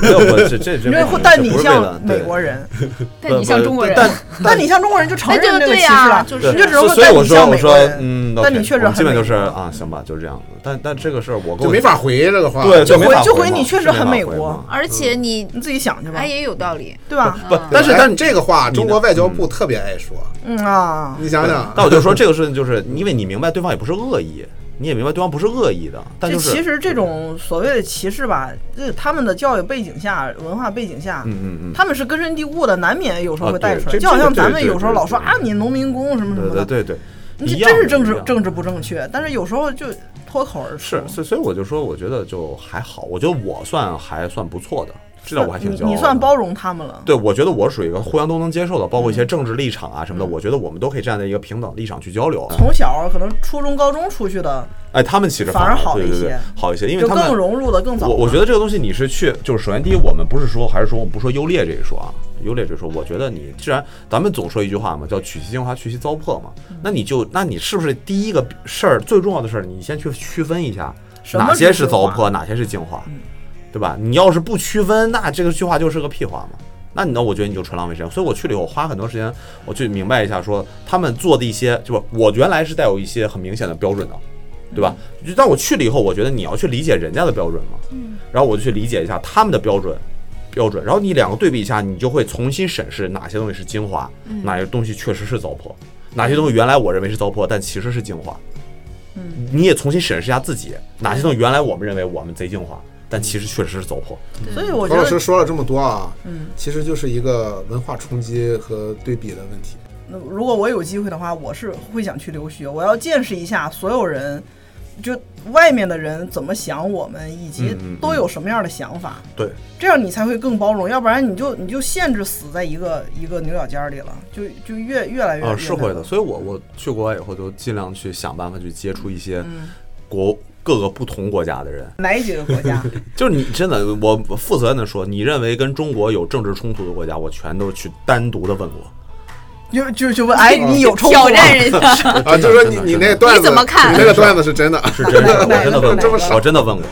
Speaker 5: 没有我这这这
Speaker 1: 因为会，
Speaker 5: 这
Speaker 1: 但
Speaker 5: 不
Speaker 1: 你
Speaker 5: 是为了
Speaker 1: 像
Speaker 5: 对
Speaker 1: 美国人，
Speaker 6: 但你像中国人，
Speaker 5: 但
Speaker 1: 但你像中国人就承认
Speaker 2: 那就
Speaker 1: 这个
Speaker 2: 对
Speaker 1: 歧视
Speaker 2: 呀
Speaker 1: 了，
Speaker 2: 就
Speaker 5: 对
Speaker 1: 你就只能
Speaker 5: 所
Speaker 1: 说
Speaker 5: 所以
Speaker 1: 但你像
Speaker 5: 我说我
Speaker 1: 美国
Speaker 5: 说
Speaker 1: 人
Speaker 5: 嗯，
Speaker 1: 但你确实很
Speaker 5: 基本就
Speaker 1: 美
Speaker 5: 是
Speaker 1: 国
Speaker 5: 啊，行吧，就是这样子。但但这个事儿我跟
Speaker 3: 就
Speaker 5: 我
Speaker 3: 没法回这个话。
Speaker 5: 对，
Speaker 1: 就
Speaker 5: 没
Speaker 1: 回
Speaker 5: 法
Speaker 1: 就
Speaker 5: 回
Speaker 1: 回
Speaker 5: 嘛
Speaker 1: 你确实
Speaker 5: 是没
Speaker 1: 很
Speaker 5: 法
Speaker 1: 美
Speaker 5: 回
Speaker 1: 国
Speaker 5: 嘛
Speaker 2: 而且你
Speaker 5: 嗯
Speaker 1: 你自己想去吧
Speaker 2: 哎，也有道理，
Speaker 1: 对吧？
Speaker 5: 不，但是
Speaker 3: 哎
Speaker 5: 但是
Speaker 3: 这个话中国
Speaker 5: 你呢
Speaker 3: 外交部特别爱说，
Speaker 1: 嗯啊，
Speaker 3: 你想想，
Speaker 5: 但我就说这个事情，就是因为你明白对方也不是恶意，你也明白对方不是恶意的，但
Speaker 1: 这
Speaker 5: 就是
Speaker 1: 其实这种所谓的歧视吧，这他们的教育背景下、文化背景下，
Speaker 5: 嗯嗯嗯，
Speaker 1: 他们是根深蒂固的，难免有时候
Speaker 5: 啊
Speaker 1: 会带
Speaker 5: 对
Speaker 1: 出来。
Speaker 5: 这
Speaker 1: 就好
Speaker 5: 这个
Speaker 1: 像
Speaker 5: 对
Speaker 1: 咱们
Speaker 5: 对
Speaker 1: 有时候
Speaker 5: 对
Speaker 1: 老说
Speaker 5: 对
Speaker 1: 啊，你农民工什么什么
Speaker 5: 对对
Speaker 1: 的，
Speaker 5: 对对，
Speaker 1: 你
Speaker 5: 一
Speaker 1: 这真是
Speaker 5: 样的
Speaker 1: 政
Speaker 5: 一
Speaker 1: 治
Speaker 5: 样
Speaker 1: 政治不正确，但是有时候就脱口而出
Speaker 5: 是，。所以所以我就说，我觉得就还好，我觉得我算还算不错的，这点我还挺
Speaker 1: 你
Speaker 5: 骄傲的。
Speaker 1: 你算包容嗯他们了。
Speaker 5: 对，我觉得我属于一个互相都能接受的，包括一些政治立场啊什么的，我觉得我们都可以站在一个平等立场去交流。
Speaker 1: 嗯从小可能初中、高中出去的，
Speaker 5: 哎，他们其实
Speaker 1: 反而好
Speaker 5: 对
Speaker 1: 一
Speaker 5: 对对
Speaker 1: 些
Speaker 5: 好一些，因为
Speaker 1: 就
Speaker 5: 他们
Speaker 1: 更融入的更早。
Speaker 5: 我我觉得这个东西你是去，就是首先第一，我们不是说，还是说我们不说优劣这一说啊，优劣这一说，我觉得你既然咱们总说一句话嘛，叫取其精华，去其糟粕嘛，
Speaker 1: 嗯
Speaker 5: 那你就那你是不是第一个事儿最重要的事儿，你先去区分一下
Speaker 1: 什么
Speaker 5: 哪些
Speaker 1: 是嗯
Speaker 5: 是
Speaker 1: 精
Speaker 5: 糟
Speaker 1: 华
Speaker 5: 粕，哪些是精华，对吧？你要是不区分，那这个句话就是个屁话嘛。那你那我觉得你就纯浪费时间。所以我去了以后，花很多时间，我去明白一下说他们做的一些，就是我原来是带有一些很明显的标准的，对吧？
Speaker 1: 嗯
Speaker 5: 就但我去了以后，我觉得你要去理解人家的标准嘛，然后我就去理解一下他们的标准。标准，然后你两个对比一下，你就会重新审视哪些东西是精华，
Speaker 1: 嗯
Speaker 5: 哪些东西确实是糟粕，哪些东西原来我认为是糟粕，但其实是精华。嗯，你也重新审视一下自己，哪些东西原来我们认为我们贼精华，但其实确实是糟粕。
Speaker 1: 所以我觉
Speaker 3: 高老师
Speaker 1: 得，
Speaker 3: 说了这么多啊，其实就是一个文化冲击和对比的问题。
Speaker 1: 那如果我有机会的话，我是会想去留学，我要见识一下所有人，就外面的人怎么想我们，以及
Speaker 5: 嗯嗯嗯
Speaker 1: 都有什么样的想法，
Speaker 5: 对，
Speaker 1: 这样你才会更包容，要不然你就你就限制死在一个一个牛角尖儿里了，就就越越来越
Speaker 5: 呃，是会的。
Speaker 1: 越
Speaker 5: 所以我我去国外以后，就尽量去想办法去接触一些国各个不同国家的人。
Speaker 1: 来越哪几个国 家？
Speaker 5: 就是你真的，我负责任的说，你认为跟中国有政治冲突的国家，我全都去单独的问过。
Speaker 1: 就就就问，哎，
Speaker 5: 哦
Speaker 1: 你 有冲突吗
Speaker 6: 挑战人家，
Speaker 3: 啊，就
Speaker 5: 真
Speaker 3: 是
Speaker 5: 的
Speaker 3: 你
Speaker 5: 真的
Speaker 3: 你
Speaker 5: 真
Speaker 3: 那
Speaker 5: 的
Speaker 3: 段子，
Speaker 6: 你怎么看
Speaker 3: 你那个段子是真 的，
Speaker 5: 是真的，我真的问
Speaker 1: 这么
Speaker 5: 过，
Speaker 1: 傻
Speaker 5: 我真的问过。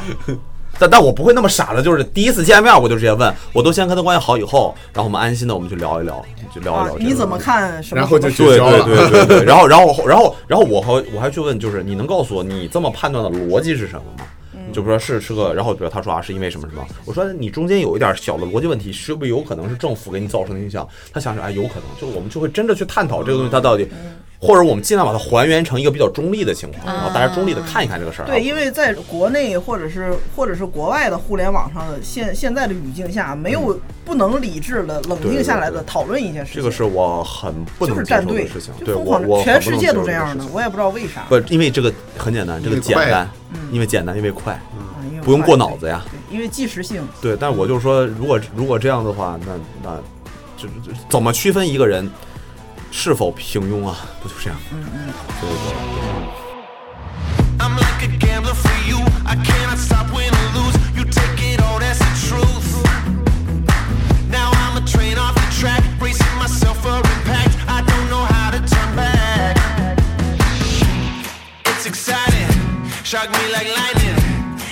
Speaker 5: 但但我不会那么傻的，就是第一次见面我就直接问，我都先跟他关系好以后，然后我们安心的我们去聊一聊，就聊一
Speaker 1: 啊
Speaker 5: 聊这个问题。
Speaker 1: 你怎么看什么？
Speaker 3: 然后就
Speaker 1: 什么
Speaker 3: 绝
Speaker 5: 对？
Speaker 3: 交
Speaker 5: 对
Speaker 3: 了
Speaker 5: 对对对，然后然后然后然后我还我还去问，就是你能告诉我你这么判断的逻辑是什么吗？
Speaker 1: 嗯
Speaker 5: 就比如说是是个，然后比如他说啊是因为什么什么，我说你中间有一点小的逻辑问题，是不是有可能是政府给你造成的影响？他想想哎有可能，就我们就会真的去探讨这个东西它到底，
Speaker 1: 嗯
Speaker 5: 或者我们尽量把它还原成一个比较中立的情况，然后大家中立的看一看这个事儿啊。
Speaker 1: 对，因为在国内或者是或者是国外的互联网上的现现在的语境下，没有不能理智的冷
Speaker 5: 嗯对
Speaker 1: 静
Speaker 5: 对
Speaker 1: 下来
Speaker 5: 对
Speaker 1: 的讨论一件事情，
Speaker 5: 这个是我很不
Speaker 1: 就
Speaker 5: 能
Speaker 1: 是
Speaker 5: 接
Speaker 1: 站
Speaker 5: 受的
Speaker 1: 队
Speaker 5: 事情，，对
Speaker 1: 就疯
Speaker 5: 我
Speaker 1: 狂
Speaker 5: 我
Speaker 1: 的，
Speaker 5: 很
Speaker 1: 全
Speaker 5: 不
Speaker 1: 世
Speaker 5: 能
Speaker 1: 界
Speaker 5: 接
Speaker 1: 都
Speaker 5: 受
Speaker 1: 这
Speaker 5: 个
Speaker 1: 样
Speaker 5: 事
Speaker 1: 的，
Speaker 5: 情
Speaker 1: 我也不知道为啥。
Speaker 5: 不，因为这个很简单，这
Speaker 3: 因
Speaker 5: 个
Speaker 3: 为
Speaker 5: 简
Speaker 3: 快嗯
Speaker 5: 单，因为简单，因为快，
Speaker 1: 啊因为
Speaker 5: 不用
Speaker 1: 快
Speaker 5: 过脑子呀。
Speaker 1: 对因为即时性，
Speaker 5: 对，但我就说，如果如果这样的话，那那就就怎么区分一个人是否平庸啊？不就这样？嗯嗯，对对。
Speaker 4: I'm like a gambler for you. I cannot stop win or lose. You take it all, that's the truth. Now I'm a train off the track, bracing myself for impact. I don't know how to turn back. It's exciting, shock me like lightning,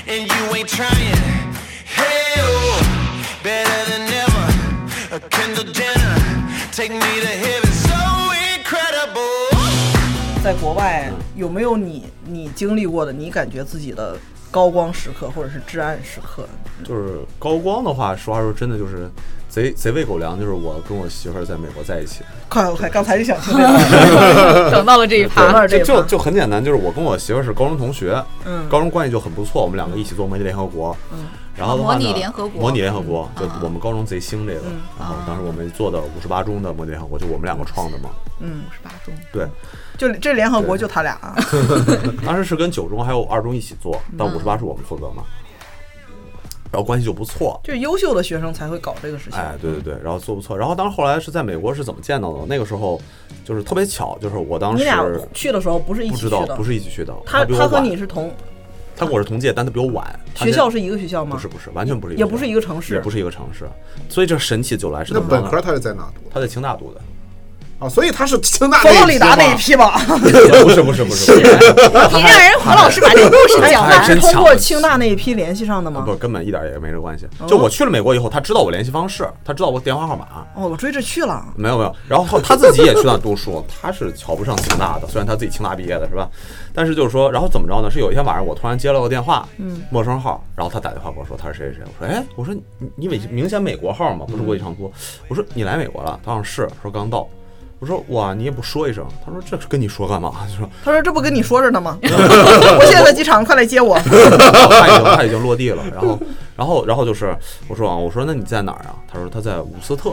Speaker 4: and you ain't trying. Hey, oh, better than ever. A Kendall Jenner, take me to heaven. So incredible.
Speaker 1: 在国外
Speaker 5: 嗯
Speaker 1: 有没有你你经历过的，你感觉自己的高光时刻或者是至暗时刻？
Speaker 5: 就是高光的话，实话说，真的就是贼贼喂狗粮。就是我跟我媳妇儿在美国在一起，
Speaker 1: 快快，刚才就想听这 个，
Speaker 6: 等到了这一
Speaker 1: 等
Speaker 6: 趴，
Speaker 1: 会儿这
Speaker 5: 就
Speaker 1: 个
Speaker 5: 就就很简单，就是我跟我媳妇儿是高中同学，
Speaker 1: 嗯
Speaker 5: 高中关系就很不错，我们两个一起做模拟联合国，嗯，然后的话呢
Speaker 2: 啊模拟联合国嗯
Speaker 5: 模拟联合国，就我们高中贼兴这个，
Speaker 1: 嗯
Speaker 5: 然后当时我们做的五十八中的模拟联合国，就我们两个创的嘛，
Speaker 1: 嗯
Speaker 2: 五十八中，
Speaker 5: 对，
Speaker 1: 就这联合国就他俩啊，
Speaker 5: 当时是跟九中还有二中一起做，但五十
Speaker 1: 嗯
Speaker 5: 八是我们负责嘛，然后关系就不错，
Speaker 1: 就优秀的学生才会搞这个事情。
Speaker 5: 哎，对对对，然后做不错，然后当时后来是在美国是怎么见到的？那个时候就是特别巧，就是我当
Speaker 1: 你
Speaker 5: 时
Speaker 1: 俩去的时候不是一
Speaker 5: 不
Speaker 1: 起
Speaker 5: 知
Speaker 1: 去
Speaker 5: 道
Speaker 1: 的，
Speaker 5: 不是一起去的，
Speaker 1: 他
Speaker 5: 比我
Speaker 1: 他和
Speaker 5: 晚
Speaker 1: 你是同
Speaker 5: 他跟我是同届，但他比我晚，他
Speaker 1: 学
Speaker 5: 先
Speaker 1: 校是一个学校吗？
Speaker 5: 不是不是，完全不是，
Speaker 1: 也不是一个城市
Speaker 5: 也不是一个城市，所以这神奇就来是
Speaker 3: 那
Speaker 5: 怎么着
Speaker 3: 本
Speaker 5: 呢
Speaker 3: 科他是在哪读的
Speaker 5: 他在清 大读的，
Speaker 3: 啊？所以他是清大
Speaker 1: 佛
Speaker 3: 那
Speaker 1: 罗
Speaker 3: 一
Speaker 1: 里达那一
Speaker 3: 批
Speaker 1: 批吧？
Speaker 5: 不是不是不是，不是
Speaker 6: 你让人黄老师把这个故事
Speaker 5: 哎
Speaker 6: 讲
Speaker 5: 还
Speaker 6: 完。
Speaker 5: 真
Speaker 1: 通
Speaker 5: 巧
Speaker 1: 过清大那一批联系上的吗
Speaker 5: 不？是根本一点也没这关系。就我去了美国以后，他知道我联系方式，他知道我电话号码。
Speaker 1: 哦，我追着去了。
Speaker 5: 没有没有，然后他自己也去那读书，他是瞧不上清大的，虽 然他自己清大毕业的是吧？但是就是说，然后怎么着呢？是有一天晚上我突然接了个电话，嗯，陌生号，然后他打电话给我说他是谁谁谁，我说哎，我说你你明明显美国号嘛，不是国际长途，我说你来美国了，他说是，说刚到，我说哇你也不说一声，他说这跟你说干嘛？就说
Speaker 1: 他说：“这不跟你说着呢吗？ 我现在在机场，快来接我。
Speaker 5: 然后他已经他已经落地了，然后然后然后就是我说啊，我说那你在哪儿啊？他说他在伍斯特，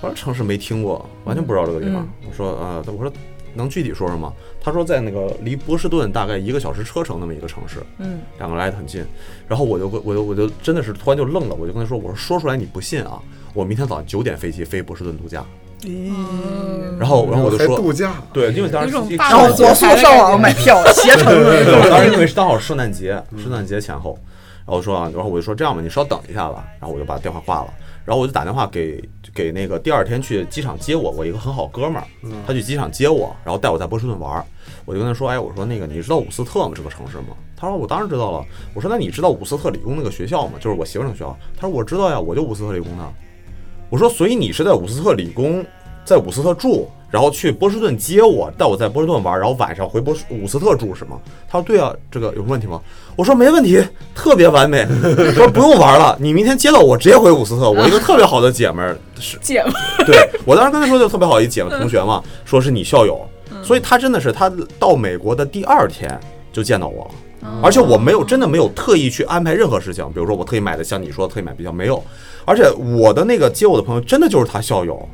Speaker 5: 我说城市没听过，完全不知道这个地方。
Speaker 6: 嗯
Speaker 5: 我说呃，我说能具体说什么？他说在那个离波士顿大概一个小时车程那么一个城市，嗯，两个来得很近。然后我就我就我就真的是突然就愣了，我就跟他说，我说说出来你不信啊，我明天早上九点飞机飞波士顿度假。然后然后我就
Speaker 3: 还
Speaker 5: 说
Speaker 3: 度假，
Speaker 5: 对，因为当时
Speaker 6: 嗯有种
Speaker 5: 一
Speaker 6: 霸
Speaker 1: 然后火速上网买票，携程
Speaker 5: 对，我当时因为是刚好圣诞节，圣诞节前后，然后我说啊，然后我就说这样吧，你稍等一下吧，然后我就把电话挂了，然后我就打电话给给那个第二天去机场接我，我一个很好哥们儿，他去机场接我，然后带我在波士顿玩儿，我就跟他说，哎，我说那个你知道伍斯特吗？这个城市吗？他说我当然知道了，我说那你知道伍斯特理工那个学校吗？就是我媳妇儿那个学校，他说我知道呀，我就伍斯特理工的。我说，所以你是在伍斯特理工，在伍斯特住，然后去波士顿接我，带我在波士顿玩，然后晚上回波士伍斯特住是吗？他说对啊，这个有什么问题吗？我说没问题，特别完美。说不用玩了，你明天接到我直接回伍斯特，我一个特别好的姐们儿是
Speaker 6: 姐们
Speaker 5: 对我当时跟他说就特别好一姐
Speaker 6: 嗯
Speaker 5: 同学嘛，说是你校友，所以他真的是他到美国的第二天就见到我了。
Speaker 6: 哦
Speaker 5: 而且我没有真的没有特意去安排任何事情，比如说我特意买的像你说的特意买比较没有，而且我的那个接我的朋友真的就是他校友，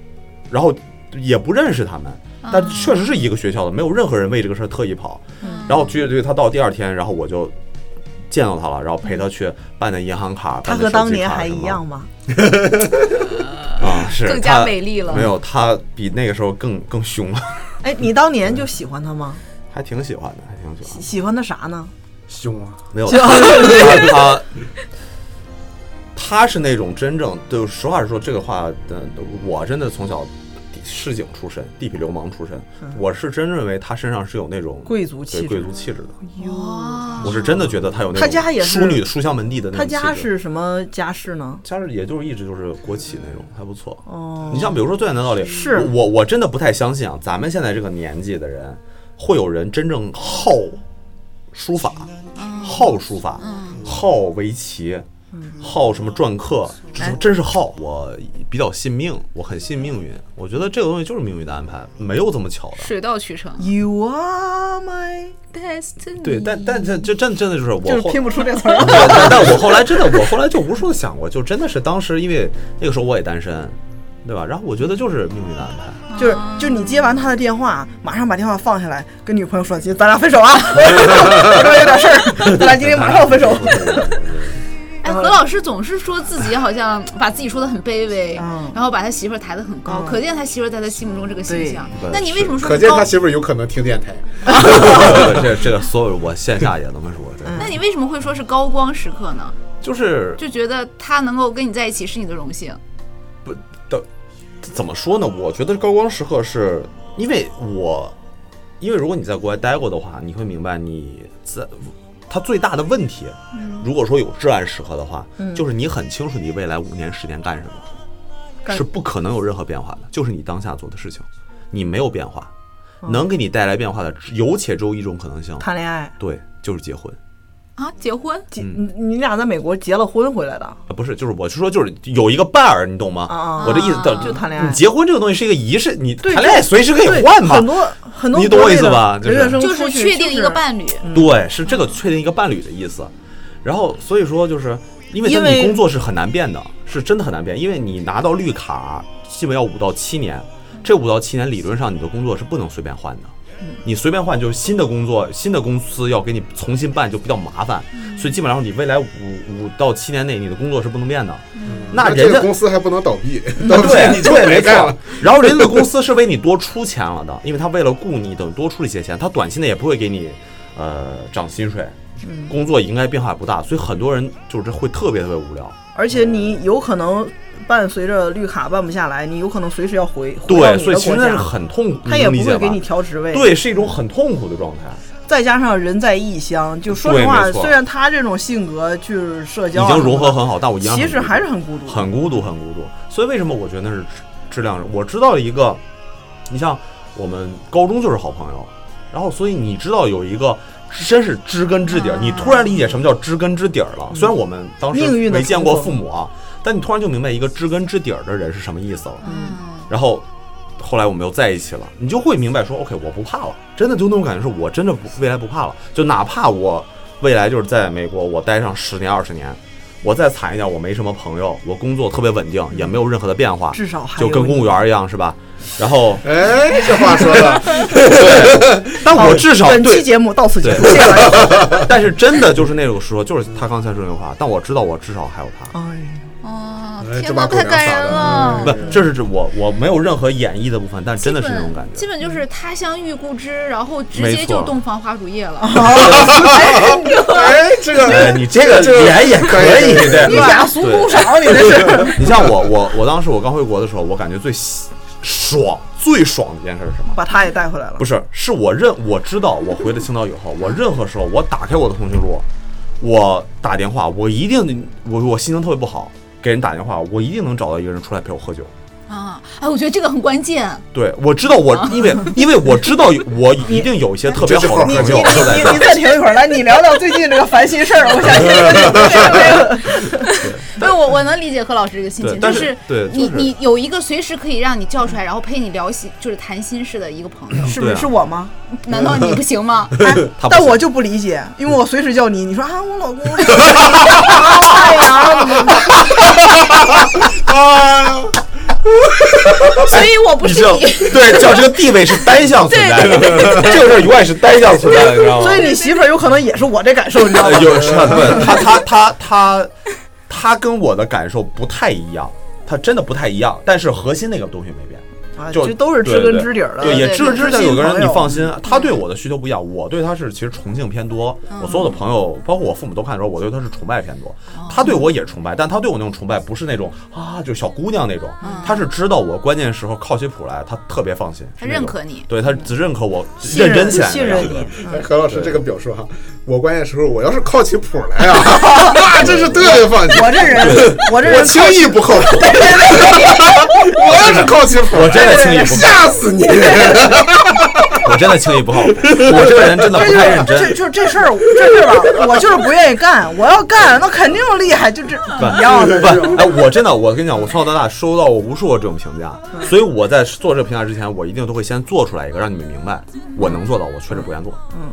Speaker 5: 然后也不认识他们，
Speaker 6: 哦
Speaker 5: 但确实是一个学校的，没有任何人为这个事儿特意跑。
Speaker 6: 嗯
Speaker 5: 然后对对，他到第二天，然后我就见到他了，然后陪他去办的银行卡，
Speaker 1: 他
Speaker 5: 办的
Speaker 1: 和
Speaker 5: 手
Speaker 1: 当
Speaker 5: 机
Speaker 1: 年
Speaker 5: 卡
Speaker 1: 还
Speaker 5: 什
Speaker 1: 一
Speaker 5: 么
Speaker 1: 样吗？
Speaker 5: 啊，是
Speaker 6: 更加
Speaker 5: 他
Speaker 6: 美丽了
Speaker 5: 没有，他比那个时候更更凶 了，
Speaker 1: 哎，你当年就喜欢他吗？
Speaker 5: 还挺喜欢的，还挺喜欢的。
Speaker 1: 喜欢他啥呢？
Speaker 3: 凶啊！
Speaker 5: 没有他他他他是那种真正，就实话实说，这个话，呃，我真的从小市井出身，地痞流氓出身，我是真认为他身上是有那种
Speaker 1: 嗯贵族气质
Speaker 5: 对贵族气质的。
Speaker 2: 哇，
Speaker 5: 我是真的觉得他有那种
Speaker 1: 他家也是
Speaker 5: 淑女书香门第的那
Speaker 1: 他
Speaker 5: 种气质。
Speaker 1: 家是什么家世呢？
Speaker 5: 家是也就是一直就是国企那种，还不错。
Speaker 1: 哦
Speaker 5: 你像比如说最简单的道理，
Speaker 1: 是
Speaker 5: 我我我真的不太相信啊，咱们现在这个年纪的人，会有人真正好书法，
Speaker 1: 嗯
Speaker 5: 好书法，好围棋。好什么篆刻，这
Speaker 1: 嗯
Speaker 2: 哎
Speaker 5: 真是好。我比较信命，我很信命运。我觉得这个东西就是命运的安排，没有这么巧的。
Speaker 6: 水到渠成。
Speaker 1: You are my，
Speaker 6: Destiny
Speaker 5: 嗯对，但但这这真真的就是 我
Speaker 1: 就是
Speaker 5: 后
Speaker 1: 拼不出这词儿。
Speaker 5: 但但我后来真的，我后来就无数的想过，就真的是当时因为那个时候我也单身，对吧？然后我觉得就是命运的安 排，
Speaker 1: 就是就是你接完他的电话，马上把电话放下来，跟女朋友说：“今咱俩分手啊， 我这边有点事儿，咱俩今天马上要分手。
Speaker 6: 哎，何老师总是说自己好像把自己说的很卑微，
Speaker 1: 嗯
Speaker 6: 然后把他媳妇儿抬得很高，可见他媳妇儿在他心目中这个形象
Speaker 5: 嗯对。
Speaker 6: 那你为什么说
Speaker 3: 可
Speaker 6: 你
Speaker 3: 见
Speaker 6: 高
Speaker 3: 他？媳妇儿有可能听电台。
Speaker 5: 这这个所有我线下也能说，对，
Speaker 6: 那你为什么会说是高光时刻呢？
Speaker 5: 就是
Speaker 6: 就觉得他能够跟你在一起是你的荣幸。
Speaker 5: 不的怎么说呢？我觉得高光时刻是因为我，因为如果你在国外待过的话，你会明白你在它最大的问题，
Speaker 1: 嗯
Speaker 5: 如果说有至暗时刻的话，就是你很清楚你未来五年十年干什么。
Speaker 1: 干
Speaker 5: 是不可能有任何变化的，就是你当下做的事情，你没有变化，
Speaker 1: 哦
Speaker 5: 能给你带来变化的只有且只有一种可能性，
Speaker 1: 谈恋爱，
Speaker 5: 对，就是结婚
Speaker 6: 啊，结婚
Speaker 1: 结你你俩在美国结了婚回来的
Speaker 5: 啊，不是，就是我是说，就是有一个伴儿，你懂吗？
Speaker 1: 啊
Speaker 5: 我这意思
Speaker 1: 就谈恋爱
Speaker 5: 你结婚这个东西是一个仪式，你
Speaker 1: 对
Speaker 5: 谈恋爱
Speaker 1: 就
Speaker 5: 随时可以
Speaker 1: 对
Speaker 5: 换嘛
Speaker 1: 很，多很多
Speaker 5: 你懂我
Speaker 1: 国内
Speaker 5: 意思
Speaker 1: 的
Speaker 5: 吧就是
Speaker 1: 留学生
Speaker 6: 就
Speaker 1: 出
Speaker 6: 是
Speaker 1: 去
Speaker 6: 确定一个
Speaker 1: 是
Speaker 6: 伴侣，
Speaker 5: 对，是这个确定一个伴侣的意思。然后所以说就是因为
Speaker 1: 因
Speaker 5: 在你
Speaker 1: 为
Speaker 5: 工作是很难变的，是真的很难变，因为你拿到绿卡基本要五到七年，这五到七年理论上你的工作是不能随便换的。你随便换就是新的工作，新的公司要给你重新办就比较麻烦，所以基本上你未来五五到七年内你的工作是不能变的。那
Speaker 3: 这
Speaker 5: 人
Speaker 3: 个
Speaker 5: 家
Speaker 3: 公司还不能倒闭，倒 闭
Speaker 5: 对，
Speaker 3: 你就
Speaker 5: 对
Speaker 3: 没干
Speaker 5: 没
Speaker 3: 了
Speaker 5: 错。然后人家的公司是为你多出钱了的，因为他为了雇你，等于多出了一些钱，他短期内也不会给你呃涨薪水，
Speaker 1: 嗯
Speaker 5: 工作应该变化不大，所以很多人就是会特别特别无聊。
Speaker 1: 而且你有可能伴随着绿卡办不下来，你有可能随时要回回到
Speaker 5: 对，
Speaker 1: 你
Speaker 5: 所以
Speaker 1: 的
Speaker 5: 其
Speaker 1: 国
Speaker 5: 实那
Speaker 1: 家
Speaker 5: 是，很痛苦，
Speaker 1: 他也
Speaker 5: 能
Speaker 1: 不
Speaker 5: 理解
Speaker 1: 会给
Speaker 5: 吧
Speaker 1: 你调职位。，
Speaker 5: 对，是一种很痛苦的状态，
Speaker 1: 再加上人在异乡，就说
Speaker 5: 对
Speaker 1: 实话，
Speaker 5: 没错
Speaker 1: 虽然他这种性格就是社交
Speaker 5: 已
Speaker 1: 啊
Speaker 5: 经
Speaker 1: 什么
Speaker 5: 融合
Speaker 1: 的
Speaker 5: 很好，但我一样
Speaker 1: 其
Speaker 5: 很
Speaker 1: 实
Speaker 5: 孤独
Speaker 1: 还是很孤独。
Speaker 5: 很孤独，很孤独。所以为什么我觉得那是质质量？我知道一个，你像我们高中就是好朋友，然后所以你知道有一个真是知根知底儿，你突然理解什么叫知根知底儿了。虽然我们当时
Speaker 1: 啊嗯命运的
Speaker 5: 没见过
Speaker 1: 重
Speaker 5: 父
Speaker 1: 逢
Speaker 5: 母啊，但你突然就明白一个知根知底儿的人是什么意思了。然后。后来我们又在一起了，你就会明白说，OK，我不怕了，真的就那种感觉，是我真的不未来不怕了，就哪怕我未来就是在美国，我待上十年二十年，我再惨一点，我没什么朋友，我工作特别稳定，也没有任何的变化，
Speaker 1: 至少还
Speaker 5: 就跟
Speaker 1: 有你
Speaker 5: 公务员一样，是吧？然后，
Speaker 3: 哎，这话说的，
Speaker 5: 但我至少
Speaker 1: 本期
Speaker 5: 对，
Speaker 1: 节目到此结束，
Speaker 5: 对
Speaker 1: 谢谢大 家。
Speaker 5: 但是真的就是那种说，就是他刚才说那句话，但我知道我至少还有他，
Speaker 1: 哎，
Speaker 6: 哦
Speaker 3: 哎，这
Speaker 6: 天
Speaker 3: 把
Speaker 6: 哪，
Speaker 3: 狗
Speaker 6: 太
Speaker 3: 粮
Speaker 6: 感
Speaker 3: 撒
Speaker 6: 人
Speaker 3: 的
Speaker 6: 了。。
Speaker 5: 不，这是指我我没有任何演绎的部分，但真的嗯是那种感
Speaker 6: 基
Speaker 5: 觉。
Speaker 6: 本就是他乡遇故知，然后直
Speaker 5: 没
Speaker 6: 接
Speaker 5: 错
Speaker 6: 就洞房花烛夜了。
Speaker 3: 哎，这个，
Speaker 5: 哎，你这个
Speaker 3: 这个
Speaker 5: 脸也可以，对
Speaker 1: 你俩俗工少，你这 是。
Speaker 5: 你像我，我我当时我刚回国的时候，我感觉最喜爽、最爽的一件事是什么？
Speaker 1: 把他也带回来了
Speaker 5: 不。是，是我认我知道，我回了青岛以后，我任何时候我打开我的通讯录，我打电话，我一定我我心情特别不好，给人打电话，我一定能找到一个人出来陪我喝酒。
Speaker 6: 啊，哎，我觉得这个很关键。
Speaker 5: 对，我知道我，因为因为我知道我一定有一些特别好的
Speaker 1: 你
Speaker 5: 朋
Speaker 1: 你
Speaker 5: 友
Speaker 1: 你
Speaker 5: 就在这
Speaker 1: 你
Speaker 5: 儿
Speaker 1: 你再停一会儿，来，你聊聊最近这个烦心事儿。我想听 听这个。
Speaker 6: 不是我，我能理解何老师这个心情，
Speaker 5: 对但
Speaker 6: 就是
Speaker 5: 对
Speaker 6: 你
Speaker 5: 就是
Speaker 6: 你有一个随时可以让你叫出来，然后陪你聊心，就是谈心事的一个朋 友，
Speaker 1: 是不
Speaker 5: 对
Speaker 1: 是
Speaker 5: 啊
Speaker 1: 是我吗？
Speaker 6: 难道你不行 吗？
Speaker 1: 哎
Speaker 5: 他不
Speaker 1: 但
Speaker 5: 行
Speaker 1: 我就不理解，因为我随时叫你，你说啊，我 老公是太阳，
Speaker 5: 啊，
Speaker 6: 所以
Speaker 1: 哦
Speaker 6: 我不
Speaker 5: 你
Speaker 6: 是
Speaker 5: 知道，
Speaker 6: 你，
Speaker 5: 对，叫这个地位是单向存在的，这个事儿永远是单向存在的，你知道吗？
Speaker 1: 所 以你媳妇儿有可能也是我这感受，你知道吗
Speaker 5: 呃？有是啊，对，他他他他他跟我的感受不太一样，他真的不太一样，但是核心那个东西没变。
Speaker 1: 啊，
Speaker 5: 就
Speaker 1: 就都是知根知底儿的。
Speaker 5: 哎对，也
Speaker 6: 对
Speaker 5: 知
Speaker 6: 对
Speaker 5: 知道
Speaker 1: 知
Speaker 5: 有个人
Speaker 1: 心
Speaker 5: 你
Speaker 1: 朋
Speaker 5: 放
Speaker 1: 友
Speaker 5: 心，他对我的需求不一样，我对他是其实崇敬偏多。
Speaker 1: 嗯
Speaker 5: 我所有的朋友，包括我父母都看的时候，我对他是崇拜偏多。
Speaker 1: 哦
Speaker 5: 他对我也是崇拜，但他对我那种崇拜不是那种啊，就小姑娘那种，
Speaker 1: 嗯
Speaker 5: 他是知道我关键时候靠起谱来，他特别放心，
Speaker 6: 他
Speaker 5: 是那
Speaker 6: 认
Speaker 5: 种
Speaker 6: 可你
Speaker 5: 对他只认可我
Speaker 1: 信
Speaker 5: 认
Speaker 1: 任
Speaker 5: 真起来的
Speaker 1: 信
Speaker 5: 样
Speaker 1: 任
Speaker 5: 子
Speaker 1: 你，
Speaker 3: 哎何老师这个表述哈，我关键时候我要是靠起谱来啊， 那真是特别放心。
Speaker 1: 我这 人，我这
Speaker 3: 我
Speaker 1: 人
Speaker 3: 轻易不靠谱，我要是靠起谱，
Speaker 5: 我真的轻易不靠
Speaker 3: 吓死你！
Speaker 5: 我真的轻易不靠谱，我这个人真的
Speaker 1: 这
Speaker 5: 不
Speaker 1: 就
Speaker 5: 太认
Speaker 1: 是
Speaker 5: 真
Speaker 1: 这。就这事儿，这事儿吧，我就是不愿意干。我要干，那肯定厉害， 就这一样的这种。
Speaker 5: 不，哎，我真的，我跟你讲，我从小到大收到过无数个这种评价，所以我在做这个评价之前，我一定都会先做出来一个，让你们明白我能做到，我确实不愿做。嗯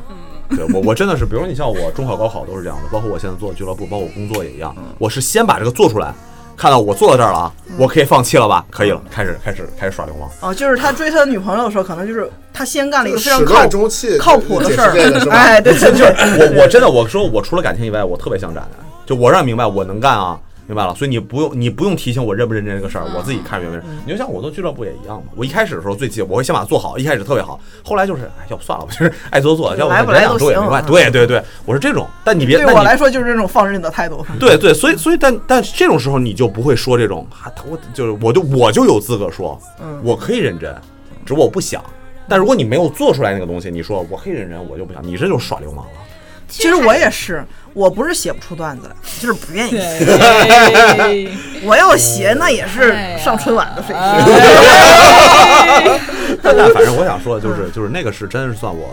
Speaker 5: 对我，我真的是，比如你像我中考、高考都是这样的，包括我现在做俱乐部，包括我工作也一样，我是先把这个做出来，看到我做到这儿了啊，我可以放弃了吧？可以了，开始开始开始耍流氓。
Speaker 1: 哦，就是他追他女朋友的时候，可能就是他先干了一个非常
Speaker 3: 始
Speaker 1: 靠
Speaker 3: 乱终弃，
Speaker 1: 靠谱的
Speaker 3: 解
Speaker 1: 事
Speaker 3: 释这个是
Speaker 1: 儿。
Speaker 3: 吧？
Speaker 1: 哎， 对，
Speaker 5: 就是我我真的我说我除了感情以外，我特别想展男，就我让你明白我能干啊，明白了，所以你不用你不用提醒我认不认真这个事
Speaker 1: 嗯
Speaker 5: 儿，我自己看着认不认真。你就像我做俱乐部也一样嘛，我一开始的时候最气，我会先把它做好，一开始特别好，后来就是哎，要不算了吧， 就是爱做做，要不
Speaker 1: 来不来
Speaker 5: 两
Speaker 1: 都
Speaker 5: 周也没
Speaker 1: 行
Speaker 5: 关系。对对对，我是这种，但你别
Speaker 1: 对
Speaker 5: 那
Speaker 1: 我
Speaker 5: 你
Speaker 1: 来说就是这种放任的态度。
Speaker 5: 对对，所以所以但但这种时候你就不会说这种啊，他我就是我就我就有资格说，
Speaker 1: 嗯
Speaker 5: 我可以认真，只不过我不想。但如果你没有做出来那个东西，你说我可以认真，我就不想，你这就是耍流氓了。
Speaker 1: 其实我也是，我不是写不出段子来，就是不愿意。
Speaker 2: 对，
Speaker 1: 我要写，那也是
Speaker 5: 哎
Speaker 1: 上春晚的水平。
Speaker 5: 但 但反正我想说的就是，就是那个是真是算我，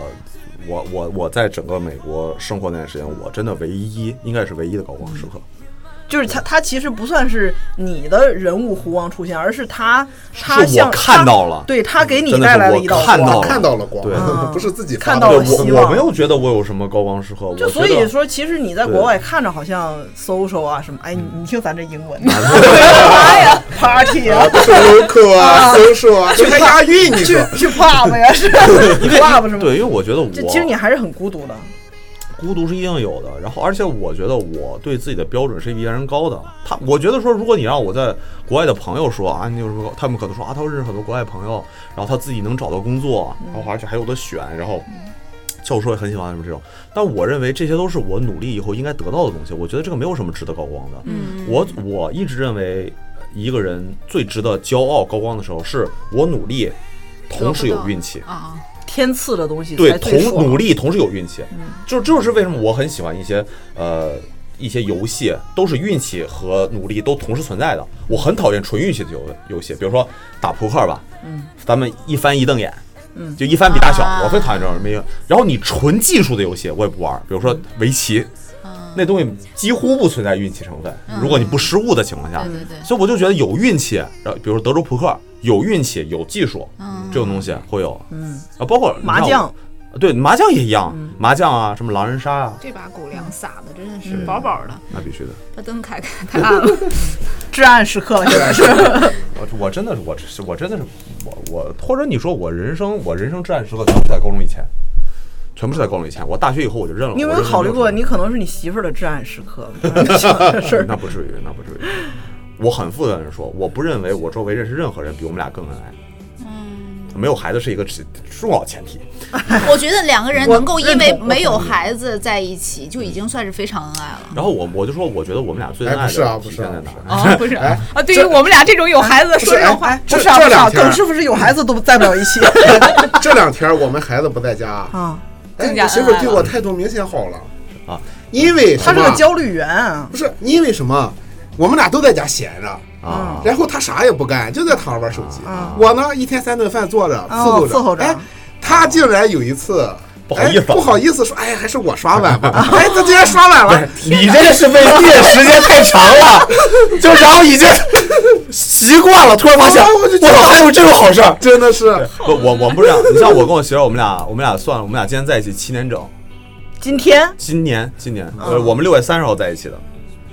Speaker 5: 我我我在整个美国生活那段时间，我真的唯一应该是唯一的高光时刻。
Speaker 1: 嗯就是他，他其实不算是你的人物弧光出现，而是他，他
Speaker 5: 是
Speaker 1: 像
Speaker 5: 我看到了嗯
Speaker 1: 他对他给你
Speaker 5: 真的
Speaker 1: 带
Speaker 5: 是
Speaker 1: 来了
Speaker 5: 我
Speaker 1: 一道
Speaker 5: 看
Speaker 1: 光
Speaker 5: 到
Speaker 3: 我
Speaker 5: 了
Speaker 3: 看到了光
Speaker 5: 对，
Speaker 3: 不是自己
Speaker 1: 看
Speaker 3: 发
Speaker 1: 到
Speaker 3: 的
Speaker 1: 了
Speaker 5: 对
Speaker 1: 我希
Speaker 5: 我
Speaker 1: 望
Speaker 5: 我没有觉得我有什么高光时刻，
Speaker 1: 就
Speaker 5: 我
Speaker 1: 所
Speaker 5: 觉
Speaker 1: 以
Speaker 5: 得
Speaker 1: 说，其实你在
Speaker 5: 对
Speaker 1: 国外看着好像 social 啊什么，哎，你你听咱这英文， 哎呀，party 啊，
Speaker 3: ，QQ 啊、social 啊，这还押韵，你
Speaker 1: 去
Speaker 3: 说？
Speaker 1: 去 pub 呀，是 pub 什么？
Speaker 5: 对，因为我觉得我
Speaker 1: 这其实你还是很孤独的。
Speaker 5: 孤独是一定有的。然后，而且我觉得我对自己的标准是比别人高的。他，我觉得说，如果你让我在国外的朋友说啊，你有什么，他们可能说啊，他认识很多国外朋友，然后他自己能找到工作，然后而且还有的选，然后教授也很喜欢什么这种。但我认为这些都是我努力以后应该得到的东西。我觉得这个没有什么值得高光的。
Speaker 6: 嗯
Speaker 5: 我我一直认为，一个人最值得骄傲高光的时候，是我努力，同时有运气。
Speaker 6: 啊，
Speaker 1: 天赐的东西
Speaker 5: 对，
Speaker 1: 才最
Speaker 5: 同
Speaker 1: 爽
Speaker 5: 努力同时有运气，就这就是为什么我很喜欢一些呃一些游戏，都是运气和努力都同时存在的。我很讨厌纯运气的游游戏，比如说打扑克吧，嗯，咱们一翻一瞪眼。嗯，就一翻比大小，
Speaker 6: 啊
Speaker 5: 我最讨厌这种没有。然后你纯技术的游戏我也不玩，比如说围棋，那东西几乎不存在运气成分。如果你不失误的情况下，
Speaker 6: 对对对
Speaker 5: 所以我就觉得有运气，然后比如说德州扑克有运气有技术，这种东西会有。嗯，啊，包括你
Speaker 1: 麻
Speaker 5: 看我
Speaker 1: 将，
Speaker 5: 对，麻将也一样，
Speaker 1: 嗯
Speaker 5: 麻将啊，什么狼人杀啊，
Speaker 6: 这把狗粮撒的真的是饱饱的，
Speaker 5: 那必须的。
Speaker 6: 把灯开开，太暗了。
Speaker 1: 至暗时刻了，现 在是。
Speaker 5: 我我真的是我是我真的是我我或者你说我人生我人生至暗时刻全部在高中以前，全部是在高中以前。我大学以后我就认了。
Speaker 1: 你有没
Speaker 5: 我
Speaker 1: 有
Speaker 5: 认
Speaker 1: 考虑过，
Speaker 5: 认
Speaker 1: 你可能是你媳妇儿的至暗时刻？这 事儿
Speaker 5: 那不至于，那不至于。我很负责任地说，我不认为我周围认识任何人比我们俩更恩爱。嗯，没有孩子是一个重要前提。
Speaker 6: 我觉得两个人
Speaker 1: 我
Speaker 6: 能够因
Speaker 1: 认
Speaker 6: 为
Speaker 1: 同我
Speaker 6: 没有
Speaker 1: 同意
Speaker 6: 孩子在一起，就已经算是非常恩爱了。
Speaker 5: 然后我我就说，我觉得我们俩最恩
Speaker 3: 哎
Speaker 5: 爱
Speaker 3: 不是啊
Speaker 5: 的
Speaker 3: 不
Speaker 5: 体
Speaker 3: 是
Speaker 5: 现
Speaker 3: 啊
Speaker 5: 在
Speaker 3: 不是啊
Speaker 5: 哪儿？
Speaker 6: 啊，不是
Speaker 3: 哎
Speaker 6: 啊，对于我们俩这种有孩子
Speaker 1: 说这种话，
Speaker 3: 这
Speaker 1: 不是啊
Speaker 3: 这
Speaker 1: 不是啊，
Speaker 3: 两天
Speaker 1: 耿师傅是有孩子都在不了一起
Speaker 3: 这两天我们孩子不在家啊，
Speaker 1: 啊，
Speaker 3: 哎，
Speaker 6: 增加
Speaker 3: 我媳妇儿对
Speaker 6: 恩爱
Speaker 3: 我态度明显好了
Speaker 5: 啊，
Speaker 3: 因为
Speaker 1: 他
Speaker 3: 什
Speaker 1: 是个
Speaker 3: 么？
Speaker 1: 焦虑源啊。
Speaker 3: 不是因为什么？我们俩都在家闲着，
Speaker 5: 啊，
Speaker 3: 然后他啥也不干，就在躺着玩手机。
Speaker 1: 啊哦
Speaker 3: 我呢，一天三顿饭坐着伺候着，
Speaker 1: 伺候着
Speaker 3: 哎，他竟然有一次。
Speaker 5: 不好意思啊
Speaker 3: 哎，不好意思说，哎，还是我刷碗 吧。哎，他竟然刷碗
Speaker 5: 不
Speaker 3: 了
Speaker 5: 是，你这个是为你也时间太长了，就然后已经习惯了，突然发现
Speaker 3: 啊我就觉
Speaker 5: 我
Speaker 3: 得
Speaker 5: 操，还有这种好事儿。
Speaker 3: 真的是
Speaker 5: 不，我我们不是这样。你像我跟我媳妇儿，我们俩我们俩算了，我们俩今年在一起七年整，
Speaker 1: 今天
Speaker 5: 今年今年呃，我们六月三十号在一起的，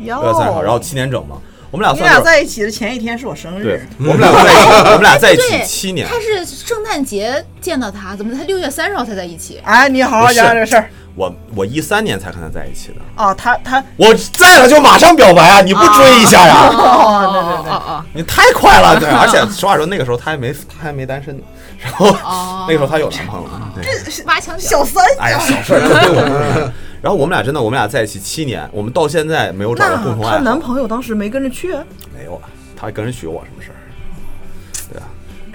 Speaker 1: 哟，
Speaker 5: 六月三十号，然后七年整嘛，我们俩
Speaker 1: 哦你
Speaker 5: 算
Speaker 1: 俩
Speaker 5: 是
Speaker 1: 在一起的前一天是我生
Speaker 5: 对
Speaker 1: 日，，
Speaker 5: 我们俩在一起，我们俩在一起
Speaker 6: 对
Speaker 5: 七年。
Speaker 6: 他是圣诞节见到他，怎么才六月三十号才在一起？
Speaker 1: 哎，你好好讲讲这事儿
Speaker 5: 我我一三年才跟他在一起的，
Speaker 1: 啊，他他
Speaker 5: 我在了就马上表白啊！你不追一下呀、
Speaker 1: 哦，对对对。
Speaker 6: 哦
Speaker 5: 你太快 了，对，而且实话说，那个时候他还没他还没单身呢，然后、
Speaker 3: 哦
Speaker 5: 那个时候他有男朋友了，对，
Speaker 6: 哦，挖墙脚。
Speaker 1: 小三，
Speaker 5: 哎呀，小事儿，这对我不是。 然后我们俩真的，我们俩在一起七年，我们到现在没有找到共同
Speaker 1: 她
Speaker 5: 爱
Speaker 1: 男
Speaker 5: 好，
Speaker 1: 朋友当时没跟着去，
Speaker 5: 没有啊，他跟人娶我什么事儿？对啊，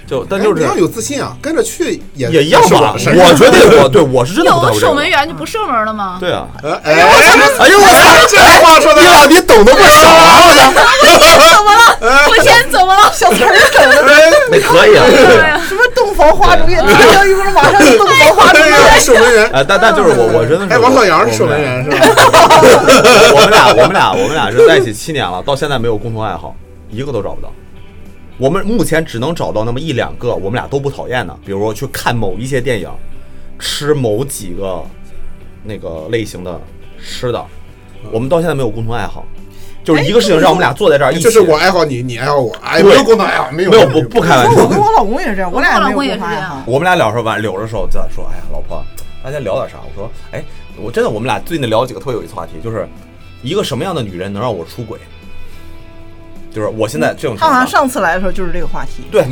Speaker 5: 就但就
Speaker 3: 哎
Speaker 5: 是
Speaker 3: 你要有自信啊，跟着去也
Speaker 5: 也一样
Speaker 3: 是我
Speaker 5: 吧，
Speaker 3: 的事儿。
Speaker 5: 我觉得我对我是真的不在
Speaker 6: 有
Speaker 5: 乎这
Speaker 6: 守门
Speaker 5: 个，
Speaker 6: 员就不射门了吗？
Speaker 5: 对啊，
Speaker 3: 呃哎，我
Speaker 5: 哎呦我操，这话说的，你俩你懂得不少啊，我操，
Speaker 6: 怎么了？我先怎么了？小词儿
Speaker 3: 哎
Speaker 5: 那可以啊。
Speaker 1: 什么洞房花烛夜，拿到一会儿马上就洞房花烛
Speaker 3: 哎
Speaker 1: 夜。
Speaker 3: 呀，守门员，
Speaker 5: 哎，但但就是我，我真的是
Speaker 3: 哎，王小阳
Speaker 5: 我
Speaker 3: 是守
Speaker 5: 们
Speaker 3: 门
Speaker 5: 俩
Speaker 3: 员是吧？
Speaker 5: 我们俩，我们俩，我们俩是在一起七年了，到现在没有共同爱好，一个都找不到。我们目前只能找到那么一两个我们俩都不讨厌的，比如说去看某一些电影，吃某几个那个类型的吃的，我们到现在没有共同爱好，就是一个事情让我们俩哎坐在这儿一起，
Speaker 3: 哎就是我爱好你，你爱好我，哎，
Speaker 5: 对
Speaker 3: 没有共同爱好，没有
Speaker 5: 没
Speaker 3: 没
Speaker 5: 有不不开玩
Speaker 1: 我
Speaker 5: 笑
Speaker 1: 跟，我老公也是这样，我俩
Speaker 6: 我老
Speaker 1: 没有
Speaker 6: 公也
Speaker 1: 共
Speaker 6: 是
Speaker 1: 同
Speaker 6: 这
Speaker 1: 爱
Speaker 6: 样
Speaker 1: 好。
Speaker 5: 我们俩聊着晚柳的时候，就在说，哎呀，老婆，大家聊点啥？我说，哎，我真的，我们俩最近聊了几个特别有意思的话题，就是一个什么样的女人能让我出轨？就是我现在这种情
Speaker 1: 他好
Speaker 5: 况
Speaker 1: 像，上次来的时候就是这个话题，
Speaker 5: 对，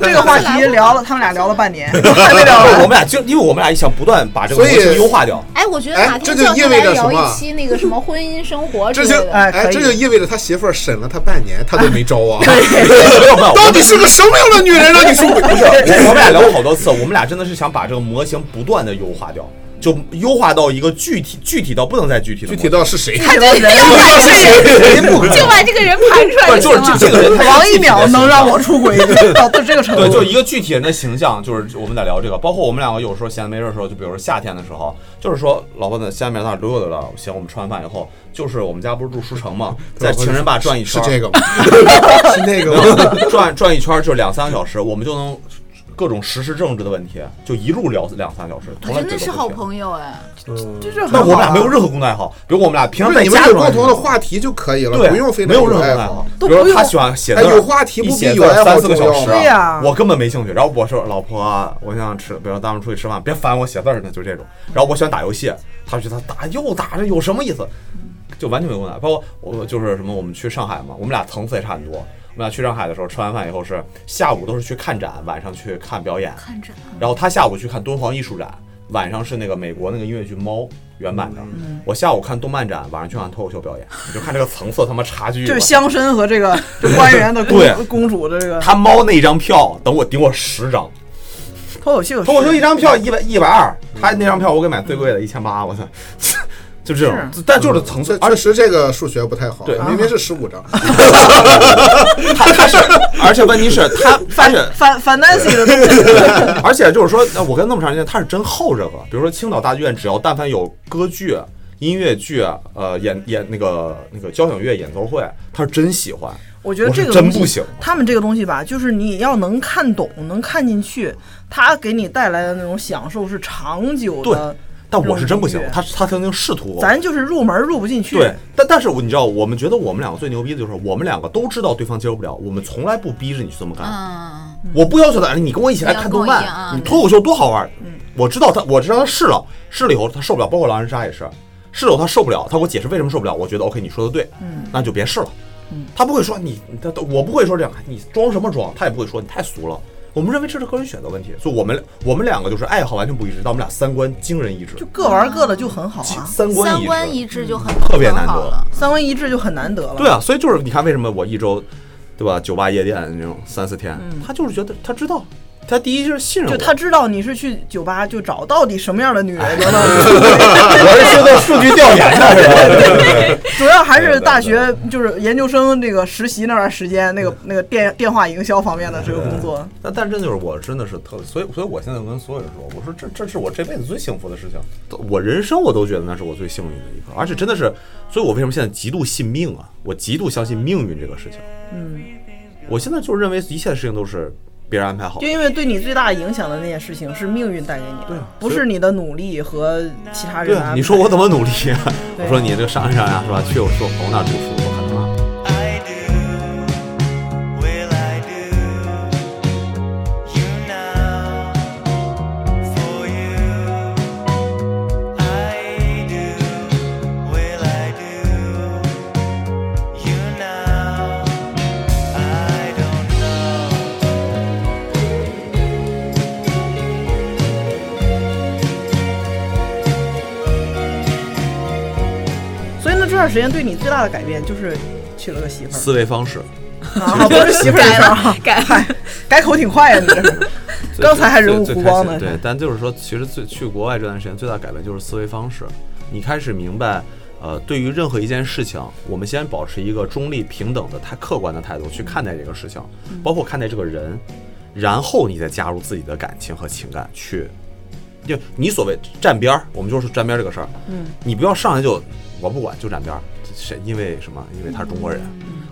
Speaker 1: 这个话题聊了，他们俩聊了半 年，还没聊
Speaker 5: 我们
Speaker 1: 完。
Speaker 5: 俩就因为我们俩想不断把这
Speaker 3: 所
Speaker 5: 个
Speaker 3: 以
Speaker 5: 模式优化掉，
Speaker 6: 哎，我觉得
Speaker 3: 哎
Speaker 6: 哪天
Speaker 3: 这就
Speaker 6: 叫
Speaker 3: 意
Speaker 6: 他来
Speaker 3: 味着什
Speaker 6: 聊
Speaker 3: 么
Speaker 6: 一期那个什么婚姻生活之
Speaker 3: 这
Speaker 6: 类
Speaker 3: 就
Speaker 6: 的。
Speaker 1: 哎可以
Speaker 3: 这就意味着他媳妇儿审了他半年，他都没招啊！
Speaker 5: 没有没有，
Speaker 3: 到
Speaker 5: 我
Speaker 3: 底是个什么样的女人让你出轨？不是
Speaker 5: 我们俩聊过好多次，我们俩真的是想把这个模型不断的优化掉，就优化到一个具体具体到不能再具体
Speaker 3: 具
Speaker 5: 的模型，
Speaker 3: 体到是谁？
Speaker 1: 具体到人，
Speaker 5: 是谁不可能
Speaker 6: 就把这个人盘出来
Speaker 5: 不是
Speaker 6: 就
Speaker 5: 就
Speaker 6: 行
Speaker 5: 是这
Speaker 6: 了。
Speaker 5: 这个人他
Speaker 1: 王
Speaker 5: 具
Speaker 1: 一
Speaker 5: 体的
Speaker 1: 淼
Speaker 5: 形
Speaker 1: 能
Speaker 5: 象
Speaker 1: 让我出轨到这个程度？
Speaker 3: 哦
Speaker 5: 对，就一个具体人的形象，就是我们在聊这个。包括我们两个有时候闲着没事儿的时候，就比如说夏天的时候，就是说老婆在下面那儿溜达溜达。行，我们吃完饭以后，就是我们家不是住书 城嘛，在情人坝转一圈
Speaker 3: 是
Speaker 5: 儿，
Speaker 3: 这个 吗？是那个吗？
Speaker 5: 没有 转转一圈儿就两三个小时，我们就能各种时事政治的问题，就一路聊两三个小时。
Speaker 6: 我
Speaker 5: 从来
Speaker 3: 啊
Speaker 6: 真的
Speaker 5: 觉得
Speaker 6: 是
Speaker 5: 不
Speaker 6: 好
Speaker 5: 行。
Speaker 6: 朋友哎，
Speaker 1: 这是很
Speaker 5: 那
Speaker 1: 好啊
Speaker 5: 我们俩没有任何共同爱好，比如我们俩平
Speaker 3: 不
Speaker 5: 常
Speaker 3: 是你
Speaker 5: 在
Speaker 3: 们
Speaker 5: 家
Speaker 3: 有
Speaker 5: 中
Speaker 3: 共同的，话题就可以了，
Speaker 5: 对，
Speaker 3: 不用非得
Speaker 5: 没有任
Speaker 3: 有
Speaker 5: 何
Speaker 3: 爱
Speaker 5: 爱好
Speaker 3: 好。。
Speaker 5: 比
Speaker 1: 都
Speaker 5: 如
Speaker 1: 不
Speaker 5: 说他
Speaker 1: 用
Speaker 5: 喜欢写字
Speaker 3: 哎
Speaker 5: 儿，
Speaker 3: 有话题不
Speaker 5: 一
Speaker 3: 比
Speaker 5: 写
Speaker 3: 有
Speaker 5: 字儿
Speaker 3: 爱好
Speaker 5: 三四个
Speaker 3: 重
Speaker 5: 小
Speaker 3: 要
Speaker 5: 时，
Speaker 1: 对呀
Speaker 5: 我根本没兴趣。然后我说老婆啊，我想吃，比如咱们出去吃饭，别烦我写字儿呢，就这种。然后我喜欢打游戏，他觉得打又打，这有什么意思？就完全没有问题。包括我就是什么，我们去上海嘛，我们俩层次也差很多。我们俩去上海的时候，吃完饭以后是下午都是去看展，晚上去看表演。
Speaker 6: 看着
Speaker 5: 然后他下午去看敦煌艺术展，晚上是那个美国那个音乐剧《猫》原版的。
Speaker 1: 嗯
Speaker 5: 我下午看动漫展，晚上去看脱口秀表演。你就看这个层次，他妈差距。
Speaker 1: 就是乡绅和这个这官员的
Speaker 5: 对
Speaker 1: 公 公主的这个
Speaker 5: 他猫那张票，等我顶我十张，
Speaker 1: 脱口秀，
Speaker 5: 脱口秀一张票一百一百二，他那张票我给买最贵的，一千八，我操， 就这种，但就是层次，而
Speaker 3: 确实这个数学不太好，
Speaker 5: 对
Speaker 3: 明明是十 五张，
Speaker 5: 他他是， 而且问题是他他是。
Speaker 1: 反反 Nancy 的东西，
Speaker 5: 而且就是说，那我跟那么长时间，他是真好这个。比如说青岛大剧院，只要但凡有歌剧、音乐剧，呃，演演那个那个交响乐演奏会，他是真喜欢。
Speaker 1: 我觉得
Speaker 5: 我是
Speaker 1: 这个
Speaker 5: 真
Speaker 1: 东西
Speaker 5: 不行
Speaker 1: 他们这个东西吧，就是你要能看懂，能看进去，它给你带来的那种享受是长久的。
Speaker 5: 但我是真不行
Speaker 1: 这，种
Speaker 5: 他他曾经试图过。
Speaker 1: 咱就是入门入不进去。
Speaker 5: 对，但但是我你知道，我们觉得我们两个最牛逼的就是我们两个都知道对方接受不了，我们从来不逼着你去这么干。
Speaker 6: 嗯，
Speaker 5: 我不要求他，哎你跟我一起来看动漫
Speaker 6: 你要跟我一样啊，嗯
Speaker 5: 你脱口秀多好玩儿。我知道他，我知道他试了，试了以后他受不了，包括狼人杀也是，试了以后他受不了，他给我解释为什么受不了，我觉得 OK，你说的对，
Speaker 6: 嗯
Speaker 5: 那就别试了。他不会说你，他他我不会说这样，哎你装什么装，他也不会说你太俗了。我们认为这是个人选择问题，所以我们我们两个就是爱好完全不一致，但我们俩三观惊人一致
Speaker 1: 就，各玩各的就很好啊，
Speaker 5: 三观
Speaker 6: 嗯三观
Speaker 5: 致。
Speaker 6: 一致就很
Speaker 5: 特别难得
Speaker 6: 很好了。
Speaker 1: 三观一致就很难得了。
Speaker 5: 对啊，所以就是你看，为什么我一周，对吧，酒吧夜店那种三四天，
Speaker 6: 嗯
Speaker 5: 他就是觉得他知道，他第一就是信任
Speaker 1: 就
Speaker 5: 我，哎
Speaker 1: 他知道你是去酒吧就找到底什么样的女人，得到
Speaker 5: 我是说的数据调研的，是吧？
Speaker 1: 主要还还是大
Speaker 5: 对对
Speaker 1: 学就是研究生这个实习那段时间，那个那个电电话营销方面的这个工作，
Speaker 5: 但但真的就是我真的是特，所以所以我现在跟所有人说，我说这这是我这辈子最幸福的事情，我人生我都觉得那是我最幸运的一刻，而且真的是，所以我为什么现在极度信命啊？我极度相信命运这个事情。
Speaker 1: 嗯，
Speaker 5: 我现在就认为一切事情都是别人安排好
Speaker 1: 就
Speaker 5: 的。
Speaker 1: 因为对你最大的影响的那件事情是命运带给你
Speaker 5: 对
Speaker 1: 的
Speaker 5: 啊，
Speaker 1: 不
Speaker 5: 所以
Speaker 1: 是你的努力和其他
Speaker 5: 对
Speaker 1: 人
Speaker 5: 啊，
Speaker 1: 啊。
Speaker 5: 你说我怎么努力、啊？
Speaker 1: 对
Speaker 5: 我说你这个商量呀，是吧？去我说我哪读书？我看他妈。
Speaker 4: I do, will I do you now for you? I do, will I do you now? I don't know.
Speaker 1: 所以呢，这段时间对你最大的改变就是娶了个媳妇
Speaker 5: 思维方式，
Speaker 1: 儿 啊，不是媳妇儿这事儿 啊，
Speaker 6: 改了
Speaker 1: 嗨改口挺快呀，啊你这是。刚才还人物
Speaker 5: 最
Speaker 1: 弧光呢
Speaker 5: 最开始对，但就是说，其实最去国外这段时间最大改变就是思维方式，你开始明白。呃，对于任何一件事情，我们先保持一个中立、平等的、太客观的态度去看待这个事情，包括看待这个人，然后你再加入自己的感情和情感去，就你所谓站边儿，我们就是站边儿这个事儿，嗯，你不要上来就我不管就站边儿，谁因为什么？因为他是中国人，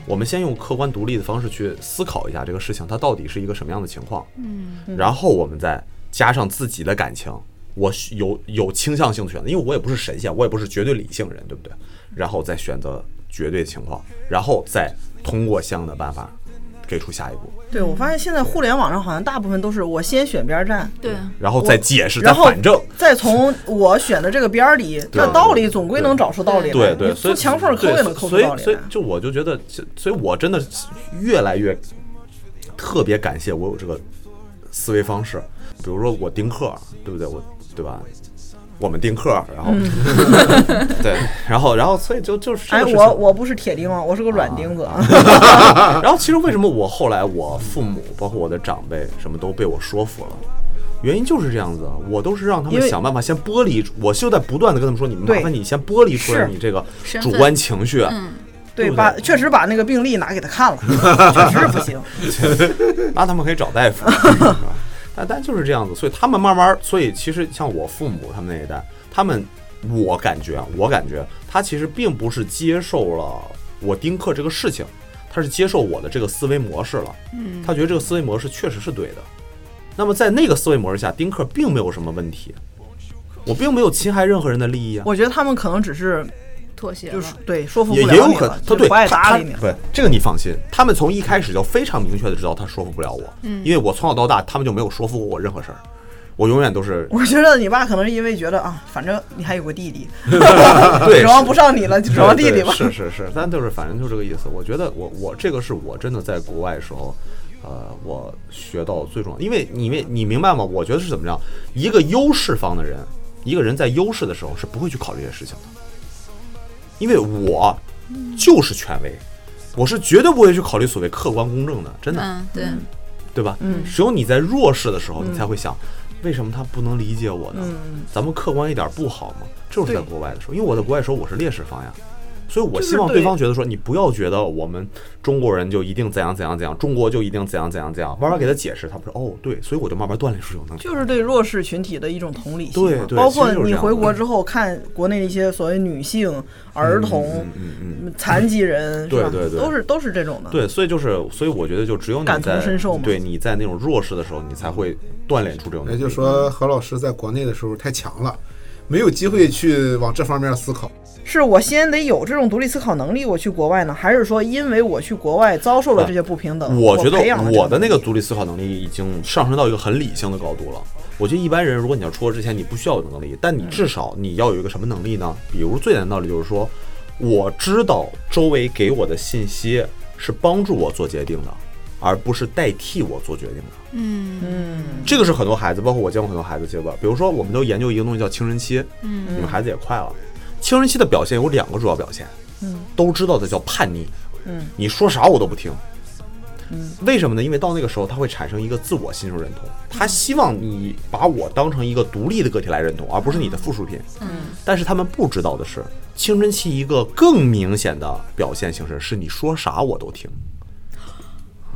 Speaker 5: 我们先用客观独立的方式去思考一下这个事情，它到底是一个什么样的情况，
Speaker 1: 嗯
Speaker 5: 然后我们再加上自己的感情，我是有有倾向性的选择，因为我也不是神仙，我也不是绝对理性人，对不对？然后再选择绝对的情况，然后再通过相应的办法给出下一步，
Speaker 1: 对，我发现现在互联网上好像大部分都是我先选边站，
Speaker 6: 对，
Speaker 5: 然后再解释，再
Speaker 1: 然后
Speaker 5: 反正。
Speaker 1: 再从我选的这个边儿里，那道理总归能找出道理来。
Speaker 5: 对对，
Speaker 1: 你
Speaker 5: 所以
Speaker 1: 从墙缝抠
Speaker 5: 对
Speaker 1: 也能抠出
Speaker 5: 所以
Speaker 1: 道理
Speaker 5: 所以
Speaker 1: 来。
Speaker 5: 就我就觉得，所以我真的越来越特别感谢我有这个思维方式。比如说我丁克，对不对？我对吧？我们丁克，然后、 对，然后然后所以就就是这
Speaker 1: 嗯哎，
Speaker 5: 个事
Speaker 1: 我
Speaker 5: 情。
Speaker 1: 我不是铁钉啊，我是个软钉子啊。
Speaker 5: 然后其实为什么我后来我父母包括我的长辈什么都被我说服了。原因就是这样子，啊我都是让他
Speaker 1: 因
Speaker 5: 们
Speaker 1: 为
Speaker 5: 想办法先剥离出，我就在不断的跟他们说，你们麻
Speaker 1: 对
Speaker 5: 烦你先剥离出来
Speaker 1: 是嗯
Speaker 5: 你这个
Speaker 6: 身
Speaker 5: 主
Speaker 6: 份
Speaker 5: 观情绪，啊对
Speaker 1: 对，
Speaker 5: 不
Speaker 1: 把
Speaker 5: 对
Speaker 1: 确实把那个病历拿给他看 了，确实不行。
Speaker 5: 那他们可以找大夫。是吧但但就是这样子，所以他们慢慢，所以其实像我父母他们那一代，他们我感觉啊，我感觉他其实并不是接受了我丁克这个事情，他是接受我的这个思维模式了。嗯，他觉得这个思维模式确实是对的。那么在那个思维模式下，丁克并没有什么问题，我并没有侵害任何人的利益啊。
Speaker 1: 我觉得他们可能只是
Speaker 6: 妥协
Speaker 1: 就是
Speaker 6: 了
Speaker 1: 对说服不
Speaker 5: 也
Speaker 1: 了
Speaker 5: 也有
Speaker 1: 你
Speaker 5: 可
Speaker 1: 了
Speaker 5: 能，，他
Speaker 1: 就
Speaker 5: 对
Speaker 1: 不爱
Speaker 5: 他
Speaker 1: 搭
Speaker 5: 他
Speaker 1: 理你了。
Speaker 5: 对这个你放心，他们从一开始就非常明确的知道他说服不了我，
Speaker 1: 嗯
Speaker 5: 因为我从小到大他们就没有说服过我任何事儿，我永远都是
Speaker 1: 我觉得你爸可能是因为觉得啊，反正你还有个弟弟，
Speaker 5: 对
Speaker 1: 指望不上你了，就指望
Speaker 5: 对
Speaker 1: 弟弟
Speaker 5: 对
Speaker 1: 吧。
Speaker 5: 是是是，但就是反正就这个意思。我觉得我我这个是我真的在国外时候，呃，我学到最重要，因为你为你明白吗？我觉得是怎么样，一个优势方的人，一个人在优势的时候是不会去考虑这些事情的，因为我
Speaker 1: 嗯
Speaker 5: 就是权威，我是绝对不会去考虑所谓客观公正的，真的。
Speaker 6: 嗯，对，
Speaker 5: 对吧？
Speaker 1: 嗯
Speaker 5: 只有你在弱势的时候，你才会想，为什么他不能理解我呢？咱们客观一点不好吗？就是在
Speaker 1: 嗯对嗯
Speaker 5: 国外的时候，因为我在国外的时候我是劣势方呀，所以我
Speaker 1: 就是
Speaker 5: 希望
Speaker 1: 对
Speaker 5: 对方觉得说，你不要觉得我们中国人就一定怎样怎样怎样，中国就一定怎样怎样怎样，慢慢给他解释，他不是哦对，所以我就慢慢锻炼出这种能力。
Speaker 1: 就是对弱势群体的一种同理心嘛，
Speaker 5: 对对
Speaker 1: 包
Speaker 5: 其实
Speaker 1: 括
Speaker 5: 就是这
Speaker 1: 你
Speaker 5: 样嗯
Speaker 1: 回
Speaker 5: 的
Speaker 1: 国之后看国内的一些所谓女性、儿
Speaker 5: 嗯
Speaker 1: 童、残疾人，
Speaker 5: 对
Speaker 1: 是吧
Speaker 5: 对对
Speaker 1: 都是都是这种的。
Speaker 5: 对，所以就是，所以我觉得就只有你
Speaker 1: 感同
Speaker 5: 在
Speaker 1: 身受嘛
Speaker 5: 对你在那种弱势的时候，你才会锻炼出这种能
Speaker 3: 也
Speaker 5: 力。
Speaker 3: 就说何老师在国内的时候太强了，没有机会去往这方面思考。
Speaker 1: 是我先得有这种独立思考能力，我去国外呢，还是说因为我去国外遭受了这些不平等，
Speaker 5: 啊我
Speaker 1: 我
Speaker 5: 觉得
Speaker 1: 培养了这
Speaker 5: 我
Speaker 1: 种
Speaker 5: 的那个独立思考能力已经上升到一个很理性的高度了。我觉得一般人，如果你要出国之前，你不需要有能力，但你至少你要有一个什么能力呢？比如最简单的道理就是说，我知道周围给我的信息是帮助我做决定的，而不是代替我做决定的。这个是很多孩子，包括我见过很多孩子结果。比如说，我们都研究一个东西叫青春期，嗯，你们孩子也快了。青春期的表现有两个主要表现，嗯，都知道的叫叛逆，嗯，你说啥我都不听。为什么呢？因为到那个时候，他会产生一个自我新手认同，他希望你把我当成一个独立的个体来认同，而不是你的附属品。嗯。但是他们不知道的是，青春期一个更明显的表现形式是你说啥我都听，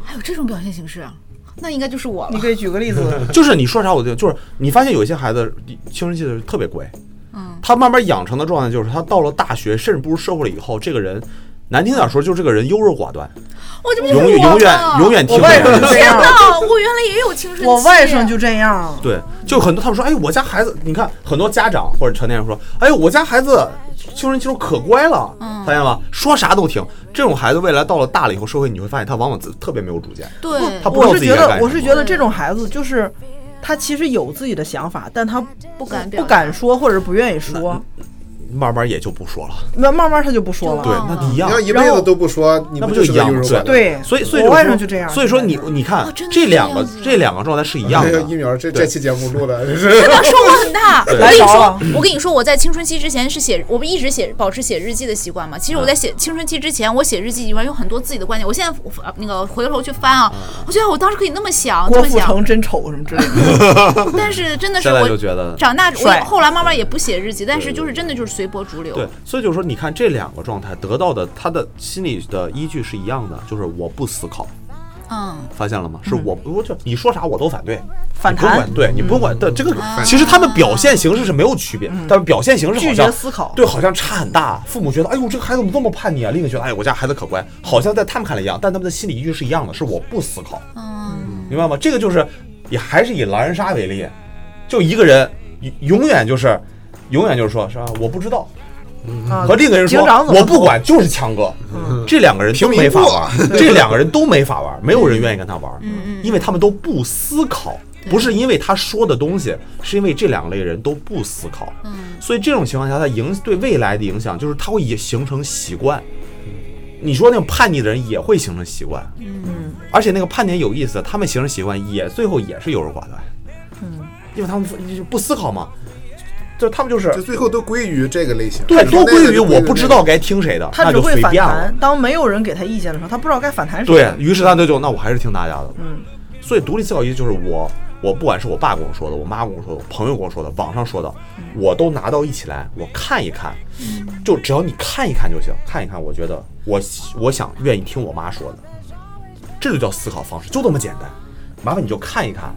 Speaker 6: 还有这种表现形式啊，那应该就是我
Speaker 1: 你
Speaker 6: 了。
Speaker 1: 可以举个例 子，
Speaker 5: 就是你说啥我就就是你发现有一些孩子青春期的时候特别乖，嗯，他慢慢养成的状态就是他到了大学甚至步入社会了以后，这个人难听点说就是这个人优柔寡断，
Speaker 6: 我这不就是
Speaker 5: 永远
Speaker 6: 我
Speaker 5: 永远
Speaker 6: 吗
Speaker 5: 永远
Speaker 1: 我
Speaker 5: 听
Speaker 1: 外甥就
Speaker 5: 人
Speaker 1: 这
Speaker 6: 天
Speaker 1: 样，
Speaker 6: 呐，我原来也有青春期。
Speaker 1: 我外甥就这样，
Speaker 5: 对，就很多他们说，哎，我家孩子，你看很多家长或者成年人说，哎，我家孩子青春期时候可乖了，
Speaker 6: 嗯
Speaker 5: 发现吗？说啥都听。这种孩子未来到了大了以后，社会你会发现他往往自特别没有主见，
Speaker 6: 对，
Speaker 5: 他不知道
Speaker 1: 我
Speaker 5: 自
Speaker 1: 是
Speaker 5: 己
Speaker 1: 觉
Speaker 5: 在干
Speaker 1: 得
Speaker 5: 什么。
Speaker 1: 我是觉得这种孩子就是。他其实有自己的想法，但他
Speaker 6: 不敢表
Speaker 1: 不敢说，或者是不愿意说，
Speaker 5: 慢慢也就不说了。
Speaker 1: 那慢慢他就不说了。啊
Speaker 5: 对，
Speaker 6: 忘了
Speaker 5: 那一
Speaker 3: 你
Speaker 5: 样
Speaker 3: 要。一辈子都不说，你
Speaker 5: 那
Speaker 3: 不
Speaker 5: 不
Speaker 3: 就
Speaker 5: 就是一
Speaker 3: 个优
Speaker 5: 样
Speaker 3: 柔寡
Speaker 5: 对
Speaker 3: 断？
Speaker 1: 对
Speaker 5: 所以，所以
Speaker 1: 我
Speaker 5: 就
Speaker 1: 外
Speaker 5: 是
Speaker 1: 甥
Speaker 5: 说
Speaker 1: 就这样
Speaker 5: 所以说你
Speaker 1: 现
Speaker 5: 你看
Speaker 6: 哦真的
Speaker 5: 这
Speaker 6: 是
Speaker 5: 两
Speaker 6: 这
Speaker 5: 个
Speaker 6: 样子
Speaker 5: 这两个状态是一样
Speaker 3: 哎呀，
Speaker 5: 的。
Speaker 3: 一苗，这
Speaker 5: 对
Speaker 3: 这期节目录 的，真是
Speaker 6: 他受了很大。我
Speaker 1: 来啊
Speaker 6: 跟你
Speaker 1: 着了
Speaker 6: 说，我跟你说，我在青春期之前是写，我不一直写保持写日记的习惯嘛。其实我
Speaker 5: 嗯
Speaker 6: 在写青春期之前，我写日记里面有很多自己的观点。我现在呃那个回过头去翻啊，
Speaker 5: 嗯
Speaker 6: 我觉得我当时可以那么想，这
Speaker 1: 郭
Speaker 6: 么
Speaker 1: 富
Speaker 6: 想，
Speaker 1: 城真丑什么之类 的，
Speaker 6: 但是真的是
Speaker 5: 现在
Speaker 6: 我
Speaker 5: 就觉得
Speaker 6: 长大，
Speaker 1: 帅
Speaker 6: 我后来慢慢也不写日记，但是
Speaker 5: 对对
Speaker 6: 就是真的就是随波逐流。
Speaker 5: 对，所以就是说，你看这两个状态得到的，他的心理的依据是一样的，就是我不思考，
Speaker 6: 嗯，
Speaker 5: 发现了吗？是我，我就你说啥我都反对，
Speaker 1: 反
Speaker 5: 你不用
Speaker 1: 弹嗯
Speaker 5: 管，对你不用管的这个，其实他们表现形式是没有区别，但是表现形式好
Speaker 1: 拒
Speaker 5: 像
Speaker 1: 绝思考
Speaker 5: 对，好像差很大。父母觉得，哎呦，这个孩子怎么这么叛逆啊？另一个觉得，哎，我家孩子可乖，好像在他们看来一样，但他们的心理依据是一样的，是我不思考，
Speaker 1: 嗯
Speaker 6: 嗯
Speaker 5: 明白吗？这个就是也还是以狼人杀为例，就一个人永永远就是永远就是说是吧？我不知道，
Speaker 1: 啊
Speaker 5: 和另一个人说
Speaker 1: 警长怎么嗯
Speaker 5: 我不管，就是强哥，这两个人都没法玩，这两个人都没法玩，没有人愿意跟他玩，
Speaker 1: 嗯
Speaker 5: 因为他们都不思考。不是因为他说的东西，是因为这两类人都不思考，
Speaker 1: 嗯
Speaker 5: 所以这种情况下，他影对未来的影响就是他会也形成习惯。你说那种叛逆的人也会形成习惯，
Speaker 1: 嗯，
Speaker 5: 而且那个叛逆有意思，他们形成习惯也最后也是优柔寡断，
Speaker 1: 嗯，
Speaker 5: 因为他们就不思考嘛，就他们就是
Speaker 3: 这最后都归于这个类型，
Speaker 5: 对，都归
Speaker 3: 那
Speaker 5: 于
Speaker 3: 个
Speaker 5: 我不知道。该听谁的，
Speaker 1: 他
Speaker 5: 那
Speaker 1: 只
Speaker 5: 就
Speaker 1: 会
Speaker 5: 随
Speaker 1: 反
Speaker 5: 便了
Speaker 1: 弹。。当没有人给他意见的时候，他不知道该反弹什么。
Speaker 5: 对于是他就就那我还是听大家的。
Speaker 1: 嗯，
Speaker 5: 所以独立思考一就是我，我不管是我爸跟我说的，我妈跟我说的，我朋友跟我说的，网上说的，
Speaker 1: 嗯
Speaker 5: 我都拿到一起来，我看一看，就只要你看一看就行，看一看，我觉得我我想愿意听我妈说的，这就叫思考方式，就这么简单。麻烦你就看一看，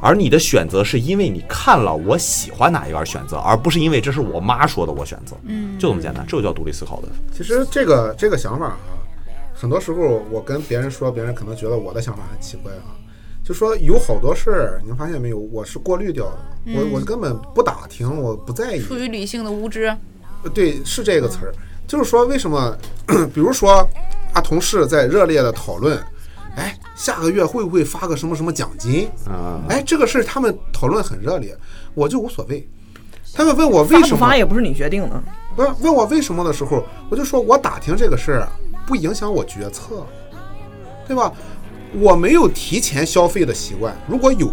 Speaker 5: 而你的选择是因为你看了我喜欢哪一个而选择，而不是因为这是我妈说的我选择，嗯，就这么简单，这就叫独立思考的。
Speaker 3: 其实这个这个想法啊，很多时候我跟别人说，别人可能觉得我的想法很奇怪啊。就说有好多事儿，您发现没有，我是过滤掉的，我我根本不打听，我不在意。
Speaker 6: 出于理性的无知，
Speaker 3: 对，是这个词儿，就是说为什么， 比如说啊，同事在热烈的讨论，哎，下个月会不会发个什么什么奖金？
Speaker 5: 啊
Speaker 3: 哎，这个事儿他们讨论很热烈，我就无所谓。他们问我为
Speaker 1: 发不
Speaker 3: 什么
Speaker 1: 发，也不是你决定的。
Speaker 3: 问问我为什么的时候，我就说我打听这个事儿啊，不影响我决策，对吧？我没有提前消费的习惯，如果有。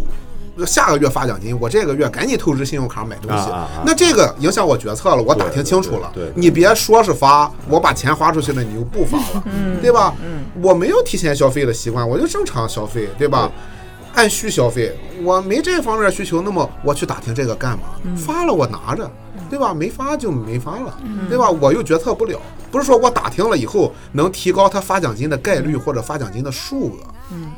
Speaker 3: 下个月发奖金，我这个月赶紧透支信用卡买东西，
Speaker 5: 啊啊啊
Speaker 3: 那这个影响我决策了。我打听清楚了，
Speaker 5: 对对对对
Speaker 3: 你别说是发，我把钱花出去了，你又不发了，对吧？我没有提前消费的习惯，我就正常消费，对吧？按需消费，我没这方面需求，那么我去打听这个干嘛？
Speaker 1: 嗯
Speaker 3: 发了我拿着，对吧？没发就没发了，
Speaker 1: 嗯
Speaker 3: 对吧？我又决策不了，不是说我打听了以后能提高他发奖金的概
Speaker 1: 嗯
Speaker 3: 率或者发奖金的数额，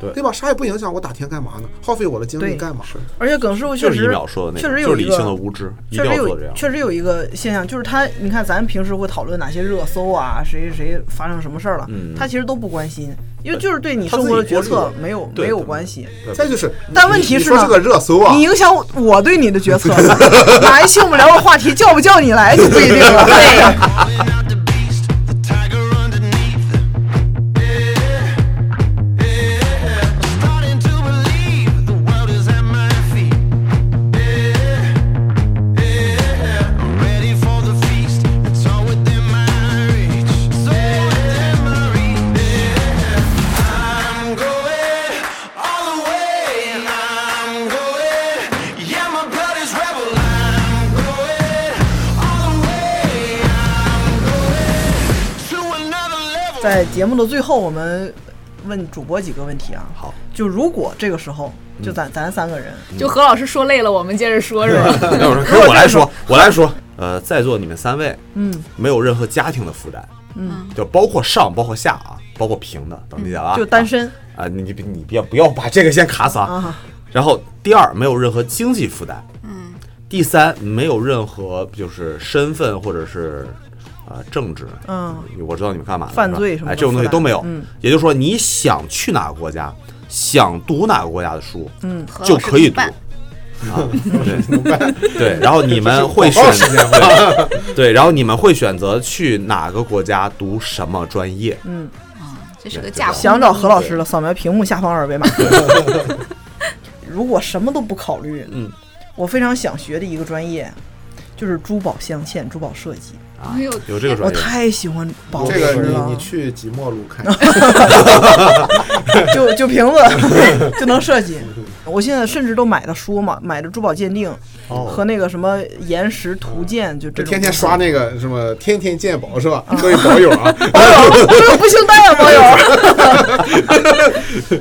Speaker 5: 对
Speaker 3: 对吧？啥也不影响，我打听干嘛呢？耗费我的精力
Speaker 1: 对
Speaker 3: 干嘛？
Speaker 1: 而且耿师傅确
Speaker 5: 就是一
Speaker 1: 实
Speaker 5: 秒说的那
Speaker 1: 确
Speaker 5: 个，
Speaker 1: 实
Speaker 5: 就
Speaker 1: 有
Speaker 5: 是
Speaker 1: 一
Speaker 5: 理
Speaker 1: 个
Speaker 5: 性的无知，一
Speaker 1: 确
Speaker 5: 定
Speaker 1: 实
Speaker 5: 要做
Speaker 1: 有
Speaker 5: 这样。
Speaker 1: 确实有一个现象，就是他，你看咱们平时会讨论哪些热搜啊，谁谁谁发生什么事儿了，他其实都不关心，因为就是对你
Speaker 5: 嗯他
Speaker 1: 生
Speaker 5: 自己
Speaker 1: 活的决
Speaker 5: 过滤
Speaker 1: 策
Speaker 5: 了
Speaker 1: 没有
Speaker 5: 对
Speaker 1: 没有
Speaker 5: 对
Speaker 1: 关系。
Speaker 3: 再就是，
Speaker 1: 但问题
Speaker 3: 你
Speaker 1: 是
Speaker 3: 说
Speaker 1: 呢
Speaker 3: 这个热搜啊
Speaker 1: 你，影响我对你的决策，哪一期我们聊的话题叫不叫你来就不一定了。 对，
Speaker 4: Calling out the beast, the tiger underneath. Yeah, yeah. I'm starting to believe the world is at my feet. Yeah, yeah. I'm ready for the feast. It's all within my reach. It's all within my reach. Yeah. I'm going all the way. I'm going. Yeah, my blood is rebel. I'm going all the way. To another level.
Speaker 1: 在节目的最后，我们问主播几个问题啊。
Speaker 5: 好，
Speaker 1: 就如果这个时候，就
Speaker 3: 嗯
Speaker 1: 咱、咱三个人，
Speaker 6: 就何老师说累了，我们接着说，是吧？
Speaker 5: 那我说，可以我来 说，我来说。呃，在座你们三位，
Speaker 1: 嗯，
Speaker 5: 没有任何家庭的负担，嗯，就包括上，包括下啊，包括平的，能理解
Speaker 1: 嗯
Speaker 5: 吧？
Speaker 1: 就单身
Speaker 5: 啊，你你你别不要把这个先卡死啊。
Speaker 1: 啊，
Speaker 5: 然后第二，没有任何经济负担，嗯。第三，没有任何就是身份或者是呃政治，
Speaker 1: 嗯，
Speaker 5: 我知道你们干嘛的，
Speaker 1: 犯
Speaker 5: 是吧
Speaker 1: 罪什么
Speaker 5: 哎，
Speaker 1: 的
Speaker 5: 这种东西
Speaker 1: 负担
Speaker 5: 都没有。
Speaker 1: 嗯
Speaker 5: 也就是说，你想去哪个国家，想读哪个国家的书，
Speaker 1: 嗯
Speaker 6: 何
Speaker 5: 就
Speaker 6: 老师
Speaker 5: 可以
Speaker 6: 怎么
Speaker 5: 读。
Speaker 6: 办
Speaker 5: 对，然后你们会选择 对，然后你们会选择去哪个国家读什么专业？
Speaker 6: 嗯这是个架空。
Speaker 1: 想找何老师了，扫描屏幕下方二维码。 如果什么都不考虑，
Speaker 5: 嗯，
Speaker 1: 我非常想学的一个专业就是珠宝镶嵌、珠宝设计，
Speaker 5: 啊
Speaker 6: 哎呦，
Speaker 5: 有这个
Speaker 1: 我
Speaker 5: 专业，
Speaker 1: 太喜欢宝石
Speaker 3: 这个
Speaker 1: 了
Speaker 3: 你。你去即墨路 看，
Speaker 1: 就就瓶 子就能设计。我现在甚至都买的书嘛，买的珠宝鉴定和那个什么岩石图鉴，就这
Speaker 3: 这
Speaker 1: 种
Speaker 3: 哦天天刷 那个什么天天鉴宝是吧？
Speaker 1: 嗯
Speaker 3: 各位宝友啊，
Speaker 1: 哎不行，当然网 友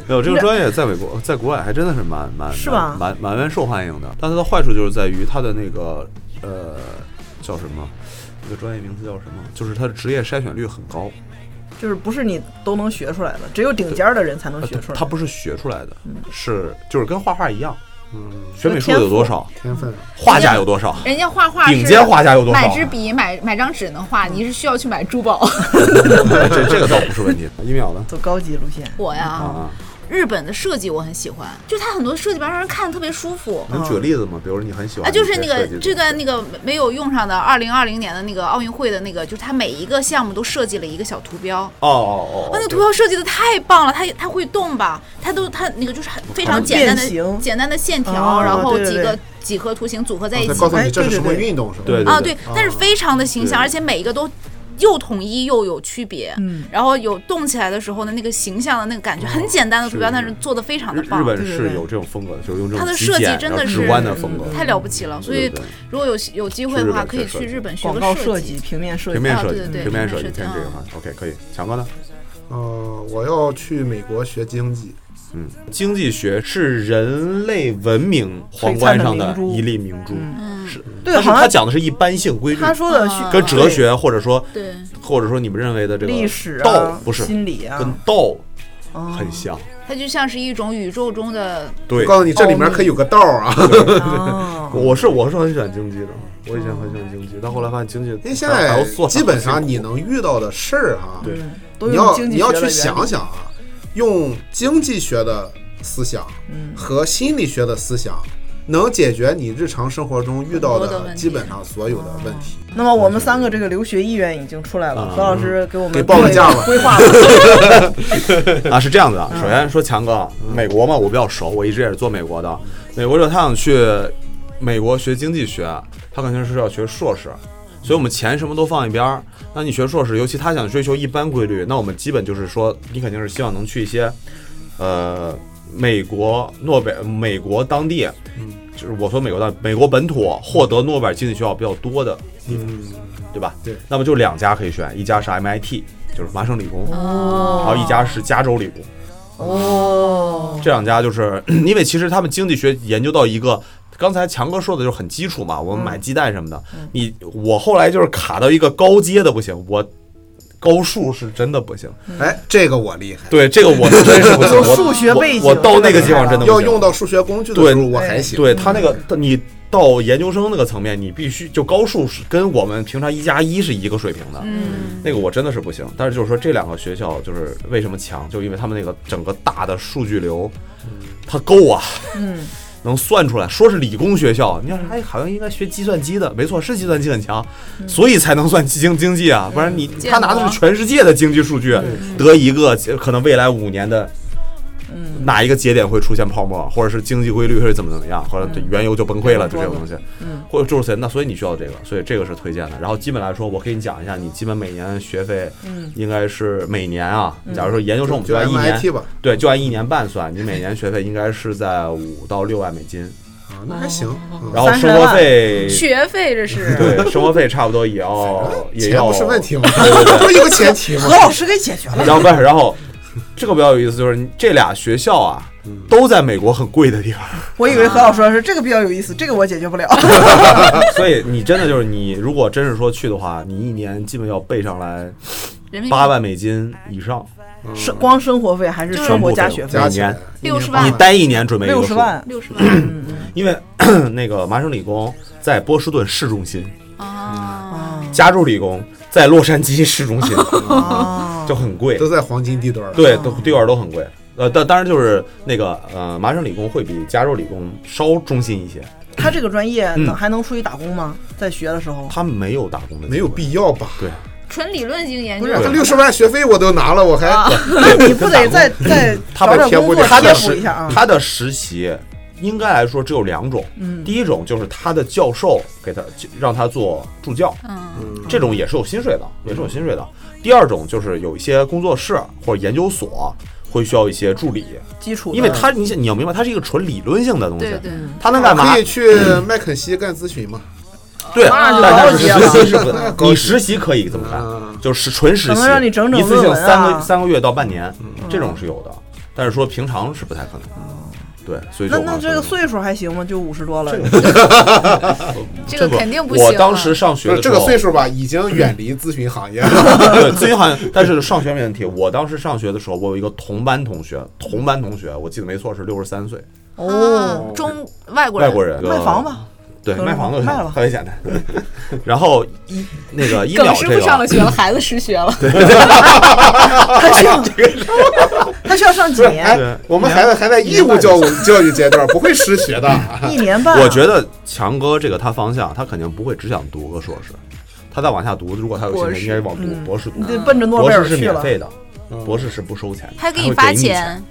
Speaker 5: 没有这个专业在美国，在国外还真的是蛮蛮
Speaker 1: 是吧
Speaker 5: 蛮蛮蛮受欢迎的，但它的坏处就是在于它的那个呃叫什么？这个专业名词叫什么？就是它的职业筛选率很高，
Speaker 1: 就是不是你都能学出来的，只有顶尖儿的人才能
Speaker 5: 呃
Speaker 1: 学出来。
Speaker 5: 它不是学出来的，
Speaker 6: 嗯
Speaker 5: 是就是跟画画一样，
Speaker 3: 嗯，
Speaker 5: 学美术
Speaker 1: 天赋
Speaker 5: 的有多少，
Speaker 3: 天分。啊
Speaker 5: 画家有多少，
Speaker 6: 人家画画是
Speaker 5: 顶尖画家有多少啊？
Speaker 6: 买支笔、买买张纸能画，你是需要去买珠宝。
Speaker 5: 这这个倒不是 问题。一秒呢？
Speaker 1: 走高级路线，
Speaker 6: 我呀，
Speaker 5: 啊，
Speaker 6: 日本的设计我很喜欢，就它很多设计吧，让人看着特别舒服。
Speaker 5: 能举个例子吗？比如说你很喜
Speaker 6: 嗯
Speaker 5: 欢
Speaker 6: 啊，就是那
Speaker 5: 嗯设
Speaker 6: 个
Speaker 5: 计的
Speaker 6: 这段那个没有用上的二零二零年的那个奥运会的那个，就是它每一个项目都设计了一个小图标。
Speaker 5: 哦哦哦，
Speaker 6: 哇，那图标设计的太棒了，它它会动吧？它都它那个就是很非常简单
Speaker 1: 变形
Speaker 6: 的简单的线条，
Speaker 1: 哦
Speaker 6: 然后
Speaker 1: 对对
Speaker 6: 几
Speaker 1: 对
Speaker 6: 个几何图形组
Speaker 5: 哦
Speaker 6: 合在一
Speaker 3: 他
Speaker 6: 起
Speaker 3: 告诉
Speaker 1: 哎
Speaker 3: 你这
Speaker 1: 对
Speaker 3: 是
Speaker 1: 对
Speaker 3: 什么
Speaker 1: 对
Speaker 3: 运动是吧？
Speaker 5: 对
Speaker 6: 啊，
Speaker 5: 对
Speaker 6: 对，但是
Speaker 1: 哦
Speaker 6: 非常的形象，
Speaker 5: 对
Speaker 6: 而且每一个都又统一又有区别。
Speaker 1: 嗯
Speaker 6: 然后有动起来的时候呢，那个形象的那个感觉，很简单的图标，
Speaker 5: 哦是
Speaker 6: 但是做的非常
Speaker 5: 日
Speaker 6: 的棒。
Speaker 5: 日本
Speaker 1: 对对
Speaker 5: 是
Speaker 1: 对
Speaker 5: 有这种风格的，就是用这
Speaker 6: 它
Speaker 5: 种
Speaker 6: 的
Speaker 5: 极
Speaker 6: 设计
Speaker 5: 简
Speaker 6: 真
Speaker 5: 然后
Speaker 6: 的
Speaker 5: 直
Speaker 6: 是嗯
Speaker 5: 观的风格，
Speaker 6: 太了不起了。所以
Speaker 5: 对对
Speaker 6: 如果有有机会
Speaker 5: 去日
Speaker 6: 的
Speaker 5: 本
Speaker 6: 话，
Speaker 5: 学
Speaker 6: 可以去
Speaker 5: 设计
Speaker 6: 日本学
Speaker 1: 广
Speaker 6: 个
Speaker 1: 告
Speaker 6: 设
Speaker 1: 设计、平面设
Speaker 5: 平
Speaker 1: 计，
Speaker 5: 面
Speaker 6: 啊
Speaker 5: 设计
Speaker 6: 对对，对
Speaker 5: 平面
Speaker 6: 平面
Speaker 5: 设计
Speaker 6: 设计
Speaker 5: 偏这个
Speaker 6: 啊
Speaker 5: 话，OK 可以。强哥呢？
Speaker 3: 呃，我要去美国学经济，
Speaker 5: 嗯，经济学是人类文明皇冠上的一粒明珠，
Speaker 6: 嗯
Speaker 5: 是，
Speaker 1: 对
Speaker 5: 但是
Speaker 1: 好像
Speaker 5: 它讲的是一般性规律，
Speaker 1: 他说的
Speaker 6: 啊
Speaker 5: 跟哲学或者说
Speaker 6: 对，
Speaker 5: 或者说你们认为的这个
Speaker 1: 历史啊
Speaker 5: 道不是
Speaker 1: 心理啊
Speaker 5: 跟道
Speaker 6: 啊
Speaker 1: 哦
Speaker 5: 很像，
Speaker 6: 它就像是一种宇宙中的
Speaker 5: 对。哦
Speaker 3: 告诉你这里面可有个道儿啊。
Speaker 1: 啊，
Speaker 5: 我是我是很喜欢经济的，我以前很喜欢经济，但后来发现经济
Speaker 3: 因为现
Speaker 5: 还
Speaker 3: 在
Speaker 5: 要做法
Speaker 3: 基本
Speaker 5: 很
Speaker 3: 上
Speaker 5: 辛苦
Speaker 3: 你能遇到的事儿哈，
Speaker 5: 对
Speaker 1: 都
Speaker 3: 你
Speaker 1: 用
Speaker 3: 要
Speaker 1: 经济
Speaker 3: 你
Speaker 1: 学
Speaker 3: 要
Speaker 1: 的
Speaker 3: 去
Speaker 1: 原
Speaker 3: 想
Speaker 1: 理，
Speaker 3: 想啊，用经济学的思想
Speaker 6: 嗯
Speaker 3: 和心理学的思想，能解决你日常生活中遇到
Speaker 6: 很多的
Speaker 3: 的
Speaker 6: 问题
Speaker 3: 基本上所有的问题。
Speaker 1: 那么我们三个这个留学意愿已经出来了，
Speaker 5: 啊
Speaker 1: 何老师给我们
Speaker 3: 给报个
Speaker 1: 做一
Speaker 3: 价吧
Speaker 1: 规划吧。
Speaker 5: 啊，是这样子啊。首先说强哥，美国嘛，我比较熟，我一直也是做美国的。美国者他想去美国学经济学，他肯定是要学硕士，所以我们钱什么都放一边儿。那你学硕士，尤其他想追求一般规律，那我们基本就是说，你肯定是希望能去一些，呃，美国诺贝美国当地，就是我说美国当美国本土获得诺贝尔经济学奖比较多的地方，对吧？
Speaker 3: 对。
Speaker 5: 那么就两家可以选，一家是 MIT，就是麻省理工，
Speaker 1: 哦
Speaker 5: 还有一家是加州理工。
Speaker 1: 哦，
Speaker 5: 这两家就是 因为其实他们经济学研究到一个，刚才强哥说的就是很基础嘛，我们买鸡蛋什么的，你我后来就是卡到一个高阶的不行，我高数是真的不行，
Speaker 6: 嗯
Speaker 3: 哎，这个我厉害。
Speaker 5: 对这个我是真是不行， 我
Speaker 1: 数学背景
Speaker 5: 我我到那个地方真的不行
Speaker 3: 要用到数学工具的
Speaker 5: 对
Speaker 3: 时候，我
Speaker 6: 哎
Speaker 3: 还行。
Speaker 5: 对他那个你到研究生那个层面，你必须就高数是跟我们平常一加一是一个水平的，
Speaker 6: 嗯，
Speaker 5: 那个我真的是不行。但是就是说这两个学校就是为什么强，就是因为他们那个整个大的数据流，它够啊，
Speaker 1: 嗯，
Speaker 5: 能算出来。说是理工学校，你看哎好像应该学计算机的，没错，是计算机很强，所以才能算经经济啊，不然你
Speaker 6: 嗯建
Speaker 5: 他拿的
Speaker 6: 模嗯
Speaker 5: 是全世界的经济数据，得一个可能未来五年的。哪一个节点会出现泡沫，或者是经济规律会怎么怎么样，或者嗯原油就崩溃嗯了，就这种东西，或者就是那所以你需要这个，所以这个是推荐的。然后基本来说，我给你讲一下，你基本每年学费应该是每年啊，假如说研究生我们
Speaker 3: 就
Speaker 5: 按一年
Speaker 3: MIT 吧，
Speaker 5: 对，就按一年半算，你每年学费应该是在五到六万美金，
Speaker 3: 啊，那
Speaker 6: 哦
Speaker 3: 还行。嗯
Speaker 5: 然后生活费，
Speaker 6: 学费这 是。
Speaker 5: 对，生活费差不多也要也
Speaker 3: 钱
Speaker 5: 要
Speaker 3: 不是问题吗？
Speaker 5: 对对对
Speaker 3: 不是一个前提吗
Speaker 1: 何？老师给解决了。
Speaker 5: 然后不是，然后这个比较有意思，就是你这俩学校啊，
Speaker 3: 嗯
Speaker 5: 都在美国很贵的地方，
Speaker 1: 我以为何老师说是这个比较有意思，这个我解决不了。
Speaker 5: 啊所以你真的就是你，如果真是说去的话，你一年基本要备上来
Speaker 6: 人民币
Speaker 5: 八万美金以上，
Speaker 1: 生光生活费还是
Speaker 6: 就是
Speaker 1: 生活
Speaker 5: 全部
Speaker 1: 加
Speaker 5: 费
Speaker 1: 学
Speaker 5: 用
Speaker 1: 费
Speaker 3: 加起来
Speaker 6: 每年
Speaker 3: 一
Speaker 6: 60万
Speaker 5: 你待一年准备一个
Speaker 1: 六十
Speaker 5: 数
Speaker 1: 万，
Speaker 6: 六十
Speaker 5: 嗯
Speaker 6: 万
Speaker 5: 因为 那个麻省理工在波士顿市中心，
Speaker 6: 啊，
Speaker 5: 加州理工在洛杉矶市中心，
Speaker 1: 哦
Speaker 5: 就很贵，
Speaker 3: 都在黄金地段儿。
Speaker 5: 对，都地段都很贵。呃，但当然就是那个呃，麻省理工会比加州理工稍中心一些，
Speaker 1: 他这个专业
Speaker 5: 嗯
Speaker 1: 能还能出去打工吗？在学的时 候，
Speaker 5: 他没有打工的，
Speaker 3: 没有。必要吧？
Speaker 5: 对，
Speaker 6: 纯理论型研
Speaker 3: 不
Speaker 6: 究
Speaker 3: 啊是，这六十万学费我都拿了，我还
Speaker 1: 那你不得再再
Speaker 5: 他
Speaker 1: 找
Speaker 5: 被
Speaker 1: 点
Speaker 5: 贴
Speaker 1: 工
Speaker 5: 补
Speaker 1: 作
Speaker 5: 点，他
Speaker 1: 贴
Speaker 5: 的
Speaker 1: 补
Speaker 5: 实
Speaker 1: 一下啊？
Speaker 5: 他的实习应该来说只有两种，
Speaker 1: 嗯
Speaker 5: 第一种就是他的教授给他让他做助教，
Speaker 6: 嗯
Speaker 5: 这种也是有薪水的，也是有薪水的。第二种就是有一些工作室或者研究所会需要一些助理，
Speaker 1: 基础的，
Speaker 5: 因为他你想你要明白，它是一个纯理论性的东西，
Speaker 6: 对对
Speaker 5: 他能干嘛
Speaker 3: 可以？去麦肯锡干咨询嘛？
Speaker 5: 对，
Speaker 1: 那就
Speaker 5: 但
Speaker 1: 高
Speaker 5: 是
Speaker 1: 级了
Speaker 5: 实习是不
Speaker 3: 那
Speaker 5: 能，
Speaker 3: 高级
Speaker 5: 你实习可以这么
Speaker 3: 嗯
Speaker 5: 干，就是纯实
Speaker 1: 可
Speaker 5: 习，
Speaker 1: 能让你整整
Speaker 5: 一次
Speaker 1: 论
Speaker 5: 性
Speaker 1: 文啊嗯
Speaker 5: 三个三个月到半年，这种是有的，但是说平常是不太可能。对，所以就
Speaker 1: 那
Speaker 5: 我刚
Speaker 1: 那
Speaker 5: 才
Speaker 1: 这个
Speaker 5: 说的
Speaker 1: 岁数还行吗？就五十多了，
Speaker 6: 这个肯定不行啊。
Speaker 5: 我当时上学
Speaker 3: 不是
Speaker 5: 的时
Speaker 3: 这
Speaker 5: 候
Speaker 3: 个岁数吧，已经远离咨询行业了。
Speaker 5: 对，咨询好像，但是上学没问题。我当时上学的时候，我有一个同班同学，同班同学，我记得没错是六十三岁，
Speaker 1: 哦，
Speaker 6: 啊中外国
Speaker 5: 外
Speaker 6: 人
Speaker 5: 国人，嗯
Speaker 1: 卖房吧，
Speaker 5: 对，卖房子就行
Speaker 1: 卖了
Speaker 5: 特别简单。 然后医 那个医疗
Speaker 6: 耿师
Speaker 5: 这
Speaker 6: 傅上了
Speaker 5: 个，
Speaker 6: 学了，孩子失学了。
Speaker 1: 他需要 他需要上几年？
Speaker 5: 对
Speaker 3: 哎，我们孩子还在义务教育教育阶段，不会失学的。
Speaker 1: 一年半啊？
Speaker 5: 我觉得强哥这个他方向，他肯定不会只想读个硕士，他再往下读，如果他有
Speaker 6: 博
Speaker 5: 兴
Speaker 6: 士
Speaker 5: 趣，应该往读
Speaker 1: 嗯
Speaker 5: 博士读
Speaker 1: 你。得奔着诺
Speaker 5: 博
Speaker 1: 贝
Speaker 5: 士
Speaker 1: 尔
Speaker 5: 是
Speaker 1: 去
Speaker 5: 免
Speaker 1: 了。嗯
Speaker 5: 费的，博士是不收钱的，
Speaker 6: 还给
Speaker 5: 你
Speaker 6: 你发
Speaker 5: 你
Speaker 6: 钱。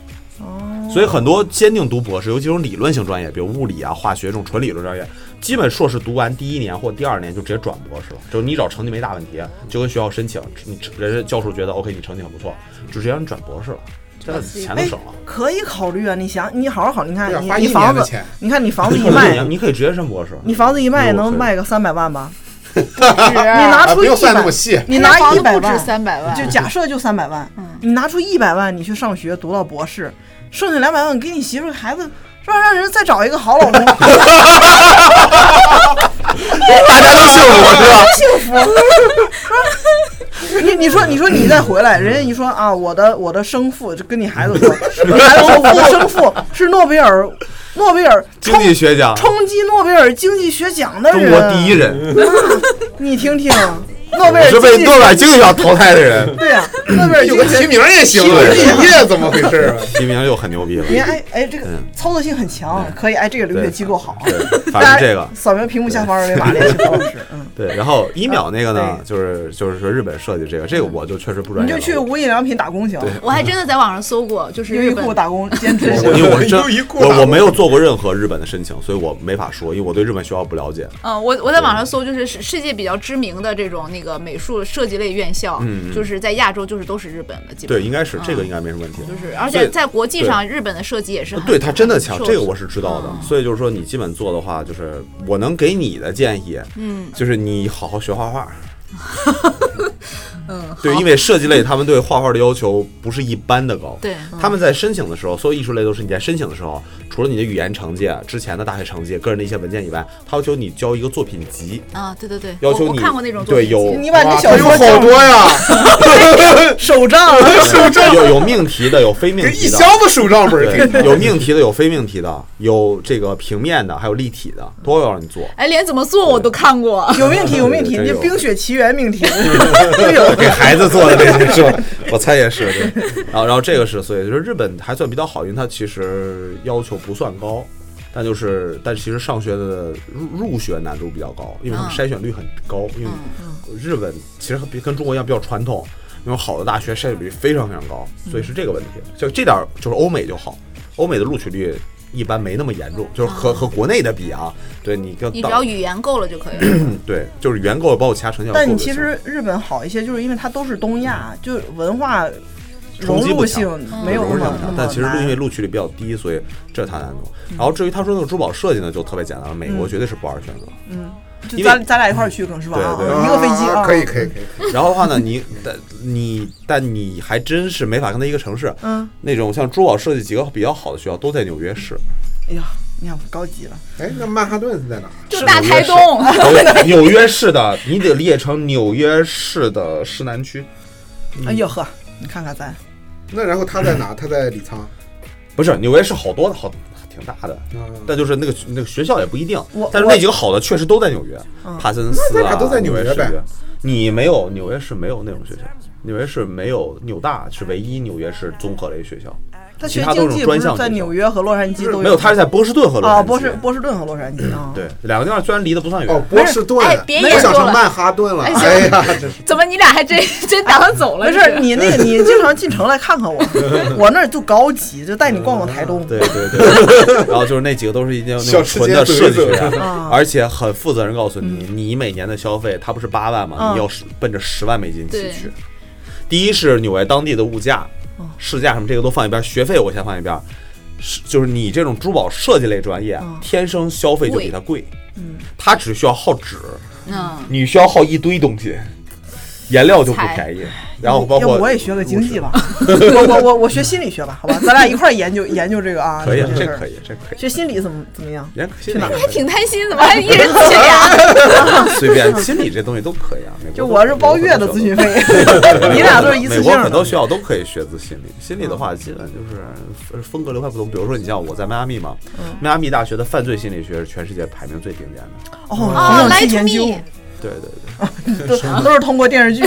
Speaker 5: 所以很多坚定读博士，尤其这种理论性专业，比如物理啊、化学这种纯理论专业，基本硕士读完第一年或第二年就直接转博士了，就是你只要成绩没大问题，就跟学校申请，你人家教授觉得 OK，你成绩很不错，就直接让你转博士了，这钱都
Speaker 1: 哎
Speaker 5: 省了。，
Speaker 1: 可以考虑啊！你想，你好好考虑，你
Speaker 3: 对
Speaker 1: 看
Speaker 3: 啊
Speaker 1: 你
Speaker 3: 花一
Speaker 1: 你
Speaker 3: 年
Speaker 1: 房
Speaker 3: 的
Speaker 1: 子
Speaker 3: 钱，
Speaker 1: 你看你房子一
Speaker 5: 你
Speaker 1: 卖，
Speaker 5: 你可以直接升博士。
Speaker 1: 你房子一卖也
Speaker 5: 如果
Speaker 1: 能
Speaker 5: 可以
Speaker 1: 卖个三百万吧？
Speaker 6: 是
Speaker 5: 哎
Speaker 6: 啊
Speaker 1: 你拿
Speaker 3: 啊，
Speaker 1: 出
Speaker 3: 不
Speaker 1: 一
Speaker 3: 用算那
Speaker 1: 百
Speaker 3: 么，细。
Speaker 1: 你拿
Speaker 6: 房
Speaker 1: 一
Speaker 6: 子
Speaker 1: 百
Speaker 6: 不止
Speaker 1: 万，
Speaker 6: 三百万，嗯
Speaker 1: 就假设就三百万，你拿出一百万，你去上学读到博士，剩下两百万给你媳妇儿孩子，是吧？让人再找一个好老 公，
Speaker 5: 大家都幸福，对吧？
Speaker 1: 啊 你你说你说你再回来，人家一说啊，我的我的生父就跟你孩子说，你孩子说我的生 父是诺贝尔诺贝尔
Speaker 5: 经
Speaker 1: 冲
Speaker 5: 济学家，
Speaker 1: 冲击诺贝尔经济学奖的
Speaker 5: 中
Speaker 1: 人，啊
Speaker 5: 国第一，人，
Speaker 1: 你听 听，诺贝
Speaker 5: 我
Speaker 1: 尔
Speaker 5: 是被
Speaker 1: 经济
Speaker 5: 诺贝尔经济学家淘汰 的人，
Speaker 1: 对呀、诺贝尔
Speaker 3: 有
Speaker 1: 经
Speaker 3: 个
Speaker 1: 济
Speaker 3: 提
Speaker 1: 学。
Speaker 3: 名也行，毕业怎么回事啊？
Speaker 5: 提名又很牛逼了。
Speaker 1: 你看，哎哎，这个操作性很强，可以，哎，这个留学机构好。
Speaker 5: 对，
Speaker 1: 大
Speaker 5: 嗯反正
Speaker 1: 家
Speaker 5: 这个。
Speaker 1: 扫描屏幕下方二维 码联系何老师，嗯，
Speaker 5: 对，然后一秒那个呢，
Speaker 1: 对
Speaker 5: 就是就是说日本设计这个，这个我就确实不专
Speaker 1: 你
Speaker 5: 业了。
Speaker 1: 就去无印良品打工行，
Speaker 6: 我还真的在网上搜过，就是
Speaker 1: 优
Speaker 6: 日
Speaker 1: 衣
Speaker 6: 本
Speaker 1: 库打工兼职
Speaker 5: 我
Speaker 1: 行。
Speaker 5: 因为我是真
Speaker 3: 优衣库打工
Speaker 5: 我我没哦有做过啊任何日本的申请，所以我没法说，因为我对日本学校不了解。
Speaker 6: 嗯，我我在网上搜，就是世世界比较知名的这种那个美术设计类院校，
Speaker 5: 嗯
Speaker 6: 就是在亚洲就是都是日本的，基本
Speaker 5: 对，
Speaker 6: 上
Speaker 5: 应该是这个，应
Speaker 6: 嗯
Speaker 5: 该没什么问题。
Speaker 6: 就是，而
Speaker 5: 所以啊
Speaker 6: 且在国际上，日本的设计也是很
Speaker 5: 对他真的强，
Speaker 6: 受
Speaker 5: 这个我是知道
Speaker 6: 啊
Speaker 5: 的。所以就是说，你基本做的话，就是我能给你的建议，嗯，就是你好好学画画。
Speaker 6: 嗯，
Speaker 5: 对，因为设计类他们对画画的要求不是一般的高。
Speaker 6: 对嗯
Speaker 5: 他们在申请的时候，所有艺术类都是你在申请的时候，除了你的语言成绩、啊之前的大学成绩、个人的一些文件以外，他要求你交一个作品集，
Speaker 6: 啊，对对对，
Speaker 5: 要
Speaker 6: 我
Speaker 5: 求
Speaker 6: 我
Speaker 5: 你
Speaker 6: 看过那种作
Speaker 5: 对
Speaker 6: 品集
Speaker 5: 有
Speaker 1: 你把你
Speaker 3: 哇
Speaker 1: 这小
Speaker 3: 有
Speaker 1: 说
Speaker 3: 好多呀，
Speaker 1: 手账，
Speaker 5: 手 账有有命题的，有非命
Speaker 3: 这
Speaker 5: 题
Speaker 3: 一
Speaker 5: 的，
Speaker 3: 箱子手账本儿。
Speaker 5: 对，有命题的，有非命题的，有这个平面的，还有立体的，都要让你做。
Speaker 6: 哎，连怎么做我都看过，
Speaker 1: 有命题有命题，
Speaker 5: 对
Speaker 1: 你
Speaker 5: 对
Speaker 1: 《
Speaker 5: 对
Speaker 1: 冰雪奇缘》命 题都有。
Speaker 5: 给孩子做的这些是吧？我猜也是。对，然后然后这个是，所以就是日本还算比较好，因为它其实要求不算高，但就是但其实上学的入入学难度比较高，因为它
Speaker 6: 嗯
Speaker 5: 筛选率很高，因为日本其实比跟中国一样比较传统，那种好的大学筛选率非常非常高，
Speaker 6: 嗯
Speaker 5: 所以是这个问题。就这点儿就是欧美就好，欧美的录取率。一般没那么严重，就是和和国内的比啊，对你跟
Speaker 6: 嗯你只要语言够了就可以了。
Speaker 5: 对，就是原购包括其他成 效。
Speaker 1: 但你其实日本好一些，就是因为它都是东亚，就文化融
Speaker 5: 嗯冲击
Speaker 1: 入
Speaker 5: 不强嗯
Speaker 1: 性没有那
Speaker 5: 不是
Speaker 1: 么
Speaker 5: 那么
Speaker 1: 那
Speaker 5: 强
Speaker 1: 么，
Speaker 5: 但其实因为
Speaker 1: 难。
Speaker 5: 录取率比较低，
Speaker 1: 嗯
Speaker 5: 所以这是它难度。然后至于他说那个珠宝设计呢，就特别简单了，美国绝对是不二选择。嗯，
Speaker 1: 就
Speaker 5: 因为
Speaker 1: 咱咱俩一块儿去，可能是吧？
Speaker 5: 对对
Speaker 1: 啊一个飞机
Speaker 3: 啊
Speaker 1: 啊，
Speaker 3: 可以可以可以，可以
Speaker 5: 然后的话呢，你但你但你还真是没法跟他一个城市。
Speaker 1: 嗯，
Speaker 5: 那种像珠宝设计几个比较好的学校都在纽约 市，
Speaker 1: 哎呀，你看高级了，
Speaker 3: 哎，那曼哈顿是在哪儿？
Speaker 6: 就大开动，
Speaker 5: 都纽约市的，你得列成纽约市的市南区，
Speaker 1: 哎呦呵，你看看咱，
Speaker 3: 那然后他在哪？他在李沧。
Speaker 5: 不是纽约市好多的好挺大的，
Speaker 3: 嗯
Speaker 5: 但就是那个那个学校也不一定
Speaker 1: 我，嗯
Speaker 5: 但是那几个好的确实都在纽约，帕森斯
Speaker 3: 那
Speaker 5: 啊
Speaker 3: 那都在纽约
Speaker 5: 约
Speaker 3: 呗
Speaker 5: 市。你没有纽约市没有那种学校，纽约市没有纽大是唯一纽约市综合类学校，
Speaker 1: 他
Speaker 5: 其
Speaker 1: 学
Speaker 5: 他都
Speaker 1: 经
Speaker 5: 是
Speaker 1: 济不
Speaker 5: 专
Speaker 1: 是
Speaker 5: 项
Speaker 1: 在
Speaker 5: 学校
Speaker 1: 纽约和洛杉矶都
Speaker 5: 没有，他是在波士顿和洛杉
Speaker 1: 啊，
Speaker 5: 矶。嗯
Speaker 1: 波士波士顿和洛杉矶啊，
Speaker 5: 对，两个地方虽然离得不算远，
Speaker 3: 哦，波士顿，
Speaker 6: 哎别
Speaker 3: 我
Speaker 6: 研究
Speaker 3: 想
Speaker 6: 了
Speaker 3: 成曼哈顿了。哎呀，真是
Speaker 6: 怎么你俩还真真打算走了？
Speaker 1: 没事儿，你那 个你经常进城来看看我，我那儿就高级，就带你逛逛台东。
Speaker 5: 嗯对对 对，然后就是那几个都是一些那
Speaker 3: 小
Speaker 5: 种
Speaker 3: 吃
Speaker 5: 纯的
Speaker 3: 街
Speaker 5: 设计
Speaker 3: 走一
Speaker 5: 学
Speaker 3: 走
Speaker 5: 院
Speaker 1: 啊，
Speaker 5: 而且很负责任告诉你，你每年的消费它不是八万嘛，
Speaker 1: 嗯
Speaker 5: 你要是奔着十万美金起
Speaker 6: 对
Speaker 5: 去。第一是纽约当地的物价、
Speaker 1: 嗯
Speaker 5: 市价什么这个都放一边儿，学费我先放一边儿。是就是你这种珠宝设计类专业，啊
Speaker 1: 嗯
Speaker 5: 天生消费就比它贵，嗯，它只需要耗纸，
Speaker 6: 嗯，
Speaker 5: 你需要耗一堆东西，颜料就不
Speaker 6: 材
Speaker 5: 便宜，然后包
Speaker 1: 哎要
Speaker 5: 括
Speaker 1: 不我也学个经济吧， 我 我我我学心理学吧，好吧，咱俩一块儿研究研究这个啊，
Speaker 5: 可以，
Speaker 1: 这
Speaker 5: 这
Speaker 1: 个事儿
Speaker 5: 可以，这可以，
Speaker 1: 学心理怎么怎么样？
Speaker 5: 人可以，
Speaker 6: 还挺贪心，怎么还一 人咨询俩？
Speaker 5: 随便，心理这东西都可以啊。美国
Speaker 1: 就
Speaker 5: 都
Speaker 1: 我是包月的咨询，费， 你俩都是一次
Speaker 5: 美
Speaker 1: 性
Speaker 5: 国很多
Speaker 1: 的
Speaker 5: 学。校都可以学自心理，心理的话基本就是呃风格流派不同。比如说，你像我在迈阿密嘛，
Speaker 1: 嗯
Speaker 5: 迈阿密大学的犯罪心理学是全世界排名最顶尖的。
Speaker 1: 哦，好
Speaker 6: 来
Speaker 1: 想去
Speaker 6: to
Speaker 1: 研究
Speaker 6: me，
Speaker 5: 对对对，
Speaker 1: 都都是通过电视剧。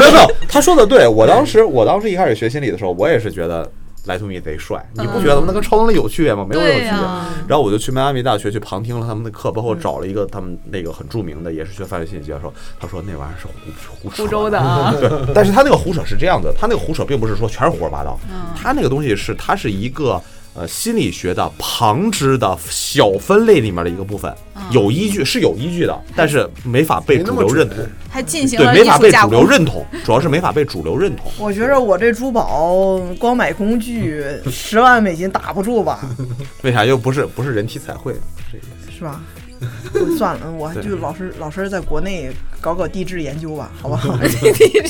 Speaker 5: 真的，他说的对。我当时我当时一开始学心理的时候，我也是觉得。来图米贼帅，你不觉得吗？那跟超能力有区别吗？没有任何
Speaker 6: 对
Speaker 5: 区
Speaker 6: 呀、
Speaker 5: 别。然后我就去迈阿密大学去旁听了他们的课，包括找了一个他们那个很著名的，也是学犯罪心理学的教授，他说那玩意儿是胡胡扯
Speaker 6: 湖州的啊，
Speaker 5: 对，但是他那个胡扯是这样的，他那个胡扯并不是说全是胡说八道，他那个东西是它是一个呃心理学的旁支的小分类里面的一个部分，有依据是有依据的，但是没法被
Speaker 3: 没那
Speaker 5: 主
Speaker 3: 么
Speaker 5: 流认
Speaker 3: 准
Speaker 5: 同，
Speaker 6: 还进行
Speaker 5: 对，
Speaker 6: 了
Speaker 5: 没
Speaker 6: 艺
Speaker 5: 法
Speaker 6: 术
Speaker 5: 被
Speaker 6: 加
Speaker 5: 主流
Speaker 6: 工。
Speaker 5: 认同，主要是没法被主流认同。
Speaker 1: 我觉着我这珠宝光买工具十万美金打不住吧，
Speaker 5: 为啥又不是不是人体彩绘？这个
Speaker 1: 是 吧？我算了，嗯我就老实老实在国内搞搞地质研究吧，好不 好？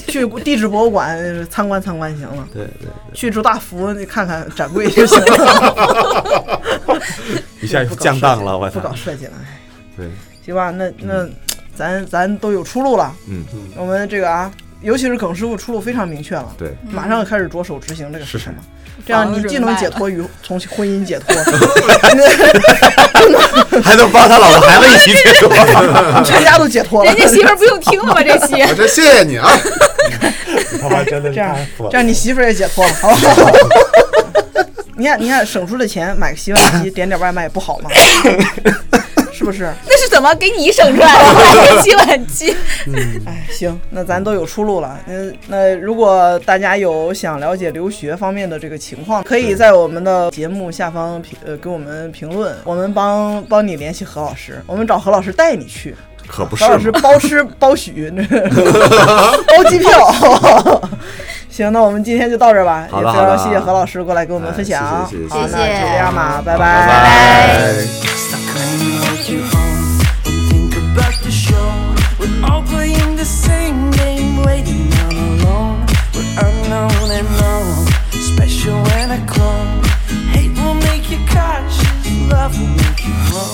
Speaker 1: 去地质博物馆参观参观行了，
Speaker 5: 对对对，
Speaker 1: 去周大福那看看展柜就行了。
Speaker 5: 一下就
Speaker 1: 不搞
Speaker 5: 降档了，
Speaker 1: 设
Speaker 5: 我
Speaker 1: 计不
Speaker 5: 操
Speaker 1: 搞！设计了，
Speaker 5: 嗯
Speaker 1: 哎
Speaker 5: 对，
Speaker 1: 行吧？那那咱咱都有出路了，
Speaker 5: 嗯，
Speaker 1: 我们这个啊，尤其是耿师傅出路非常明确了，
Speaker 5: 对，
Speaker 6: 嗯
Speaker 1: 马上开始着手执行这个事
Speaker 5: 是
Speaker 1: 情了。这样你既能解脱 于从婚姻解 脱，
Speaker 5: 还能帮他老婆孩子一起解脱。
Speaker 1: 全家都解脱了
Speaker 6: 人。家媳妇儿不用听了吧？这 期
Speaker 3: 我真谢谢你啊！
Speaker 5: 他妈真的
Speaker 1: 这样，这样你媳妇儿也解脱了， 好不好？你看，你看，省出的钱买个洗碗机，点点外卖不 好吗？是不是？
Speaker 6: 那是怎么给你省出来的？ 还洗碗机？
Speaker 1: 哎，行，那咱都有出路了。嗯，那如果大家有想了解留学方面的这个情况，可以在我们的节目下方评呃给我们评论，我们帮帮你联系何老师，我们找何老师带你去，
Speaker 5: 可不是
Speaker 1: 何老师
Speaker 5: 嘛
Speaker 1: 包 吃包许，包机票。行，那我们今天就到这儿吧，也非
Speaker 5: 好的好
Speaker 1: 常
Speaker 5: 的
Speaker 1: 谢谢何老师过来跟我们分享。
Speaker 5: 哎谢谢谢谢
Speaker 1: 好，那
Speaker 6: 谢谢
Speaker 1: 就这样吧，拜
Speaker 5: 拜
Speaker 6: 拜。
Speaker 4: I couldn't hold you home. Think about the show. We're all playing the same game, waiting all alone. We're unknown and known, special and a clone. Hate will make you cautious, love will make you grow.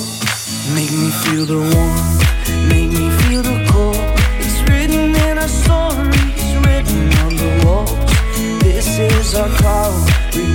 Speaker 4: Make me feel the warmth, make me feel the cold. It's written in our stories, written on the walls. This is our call. We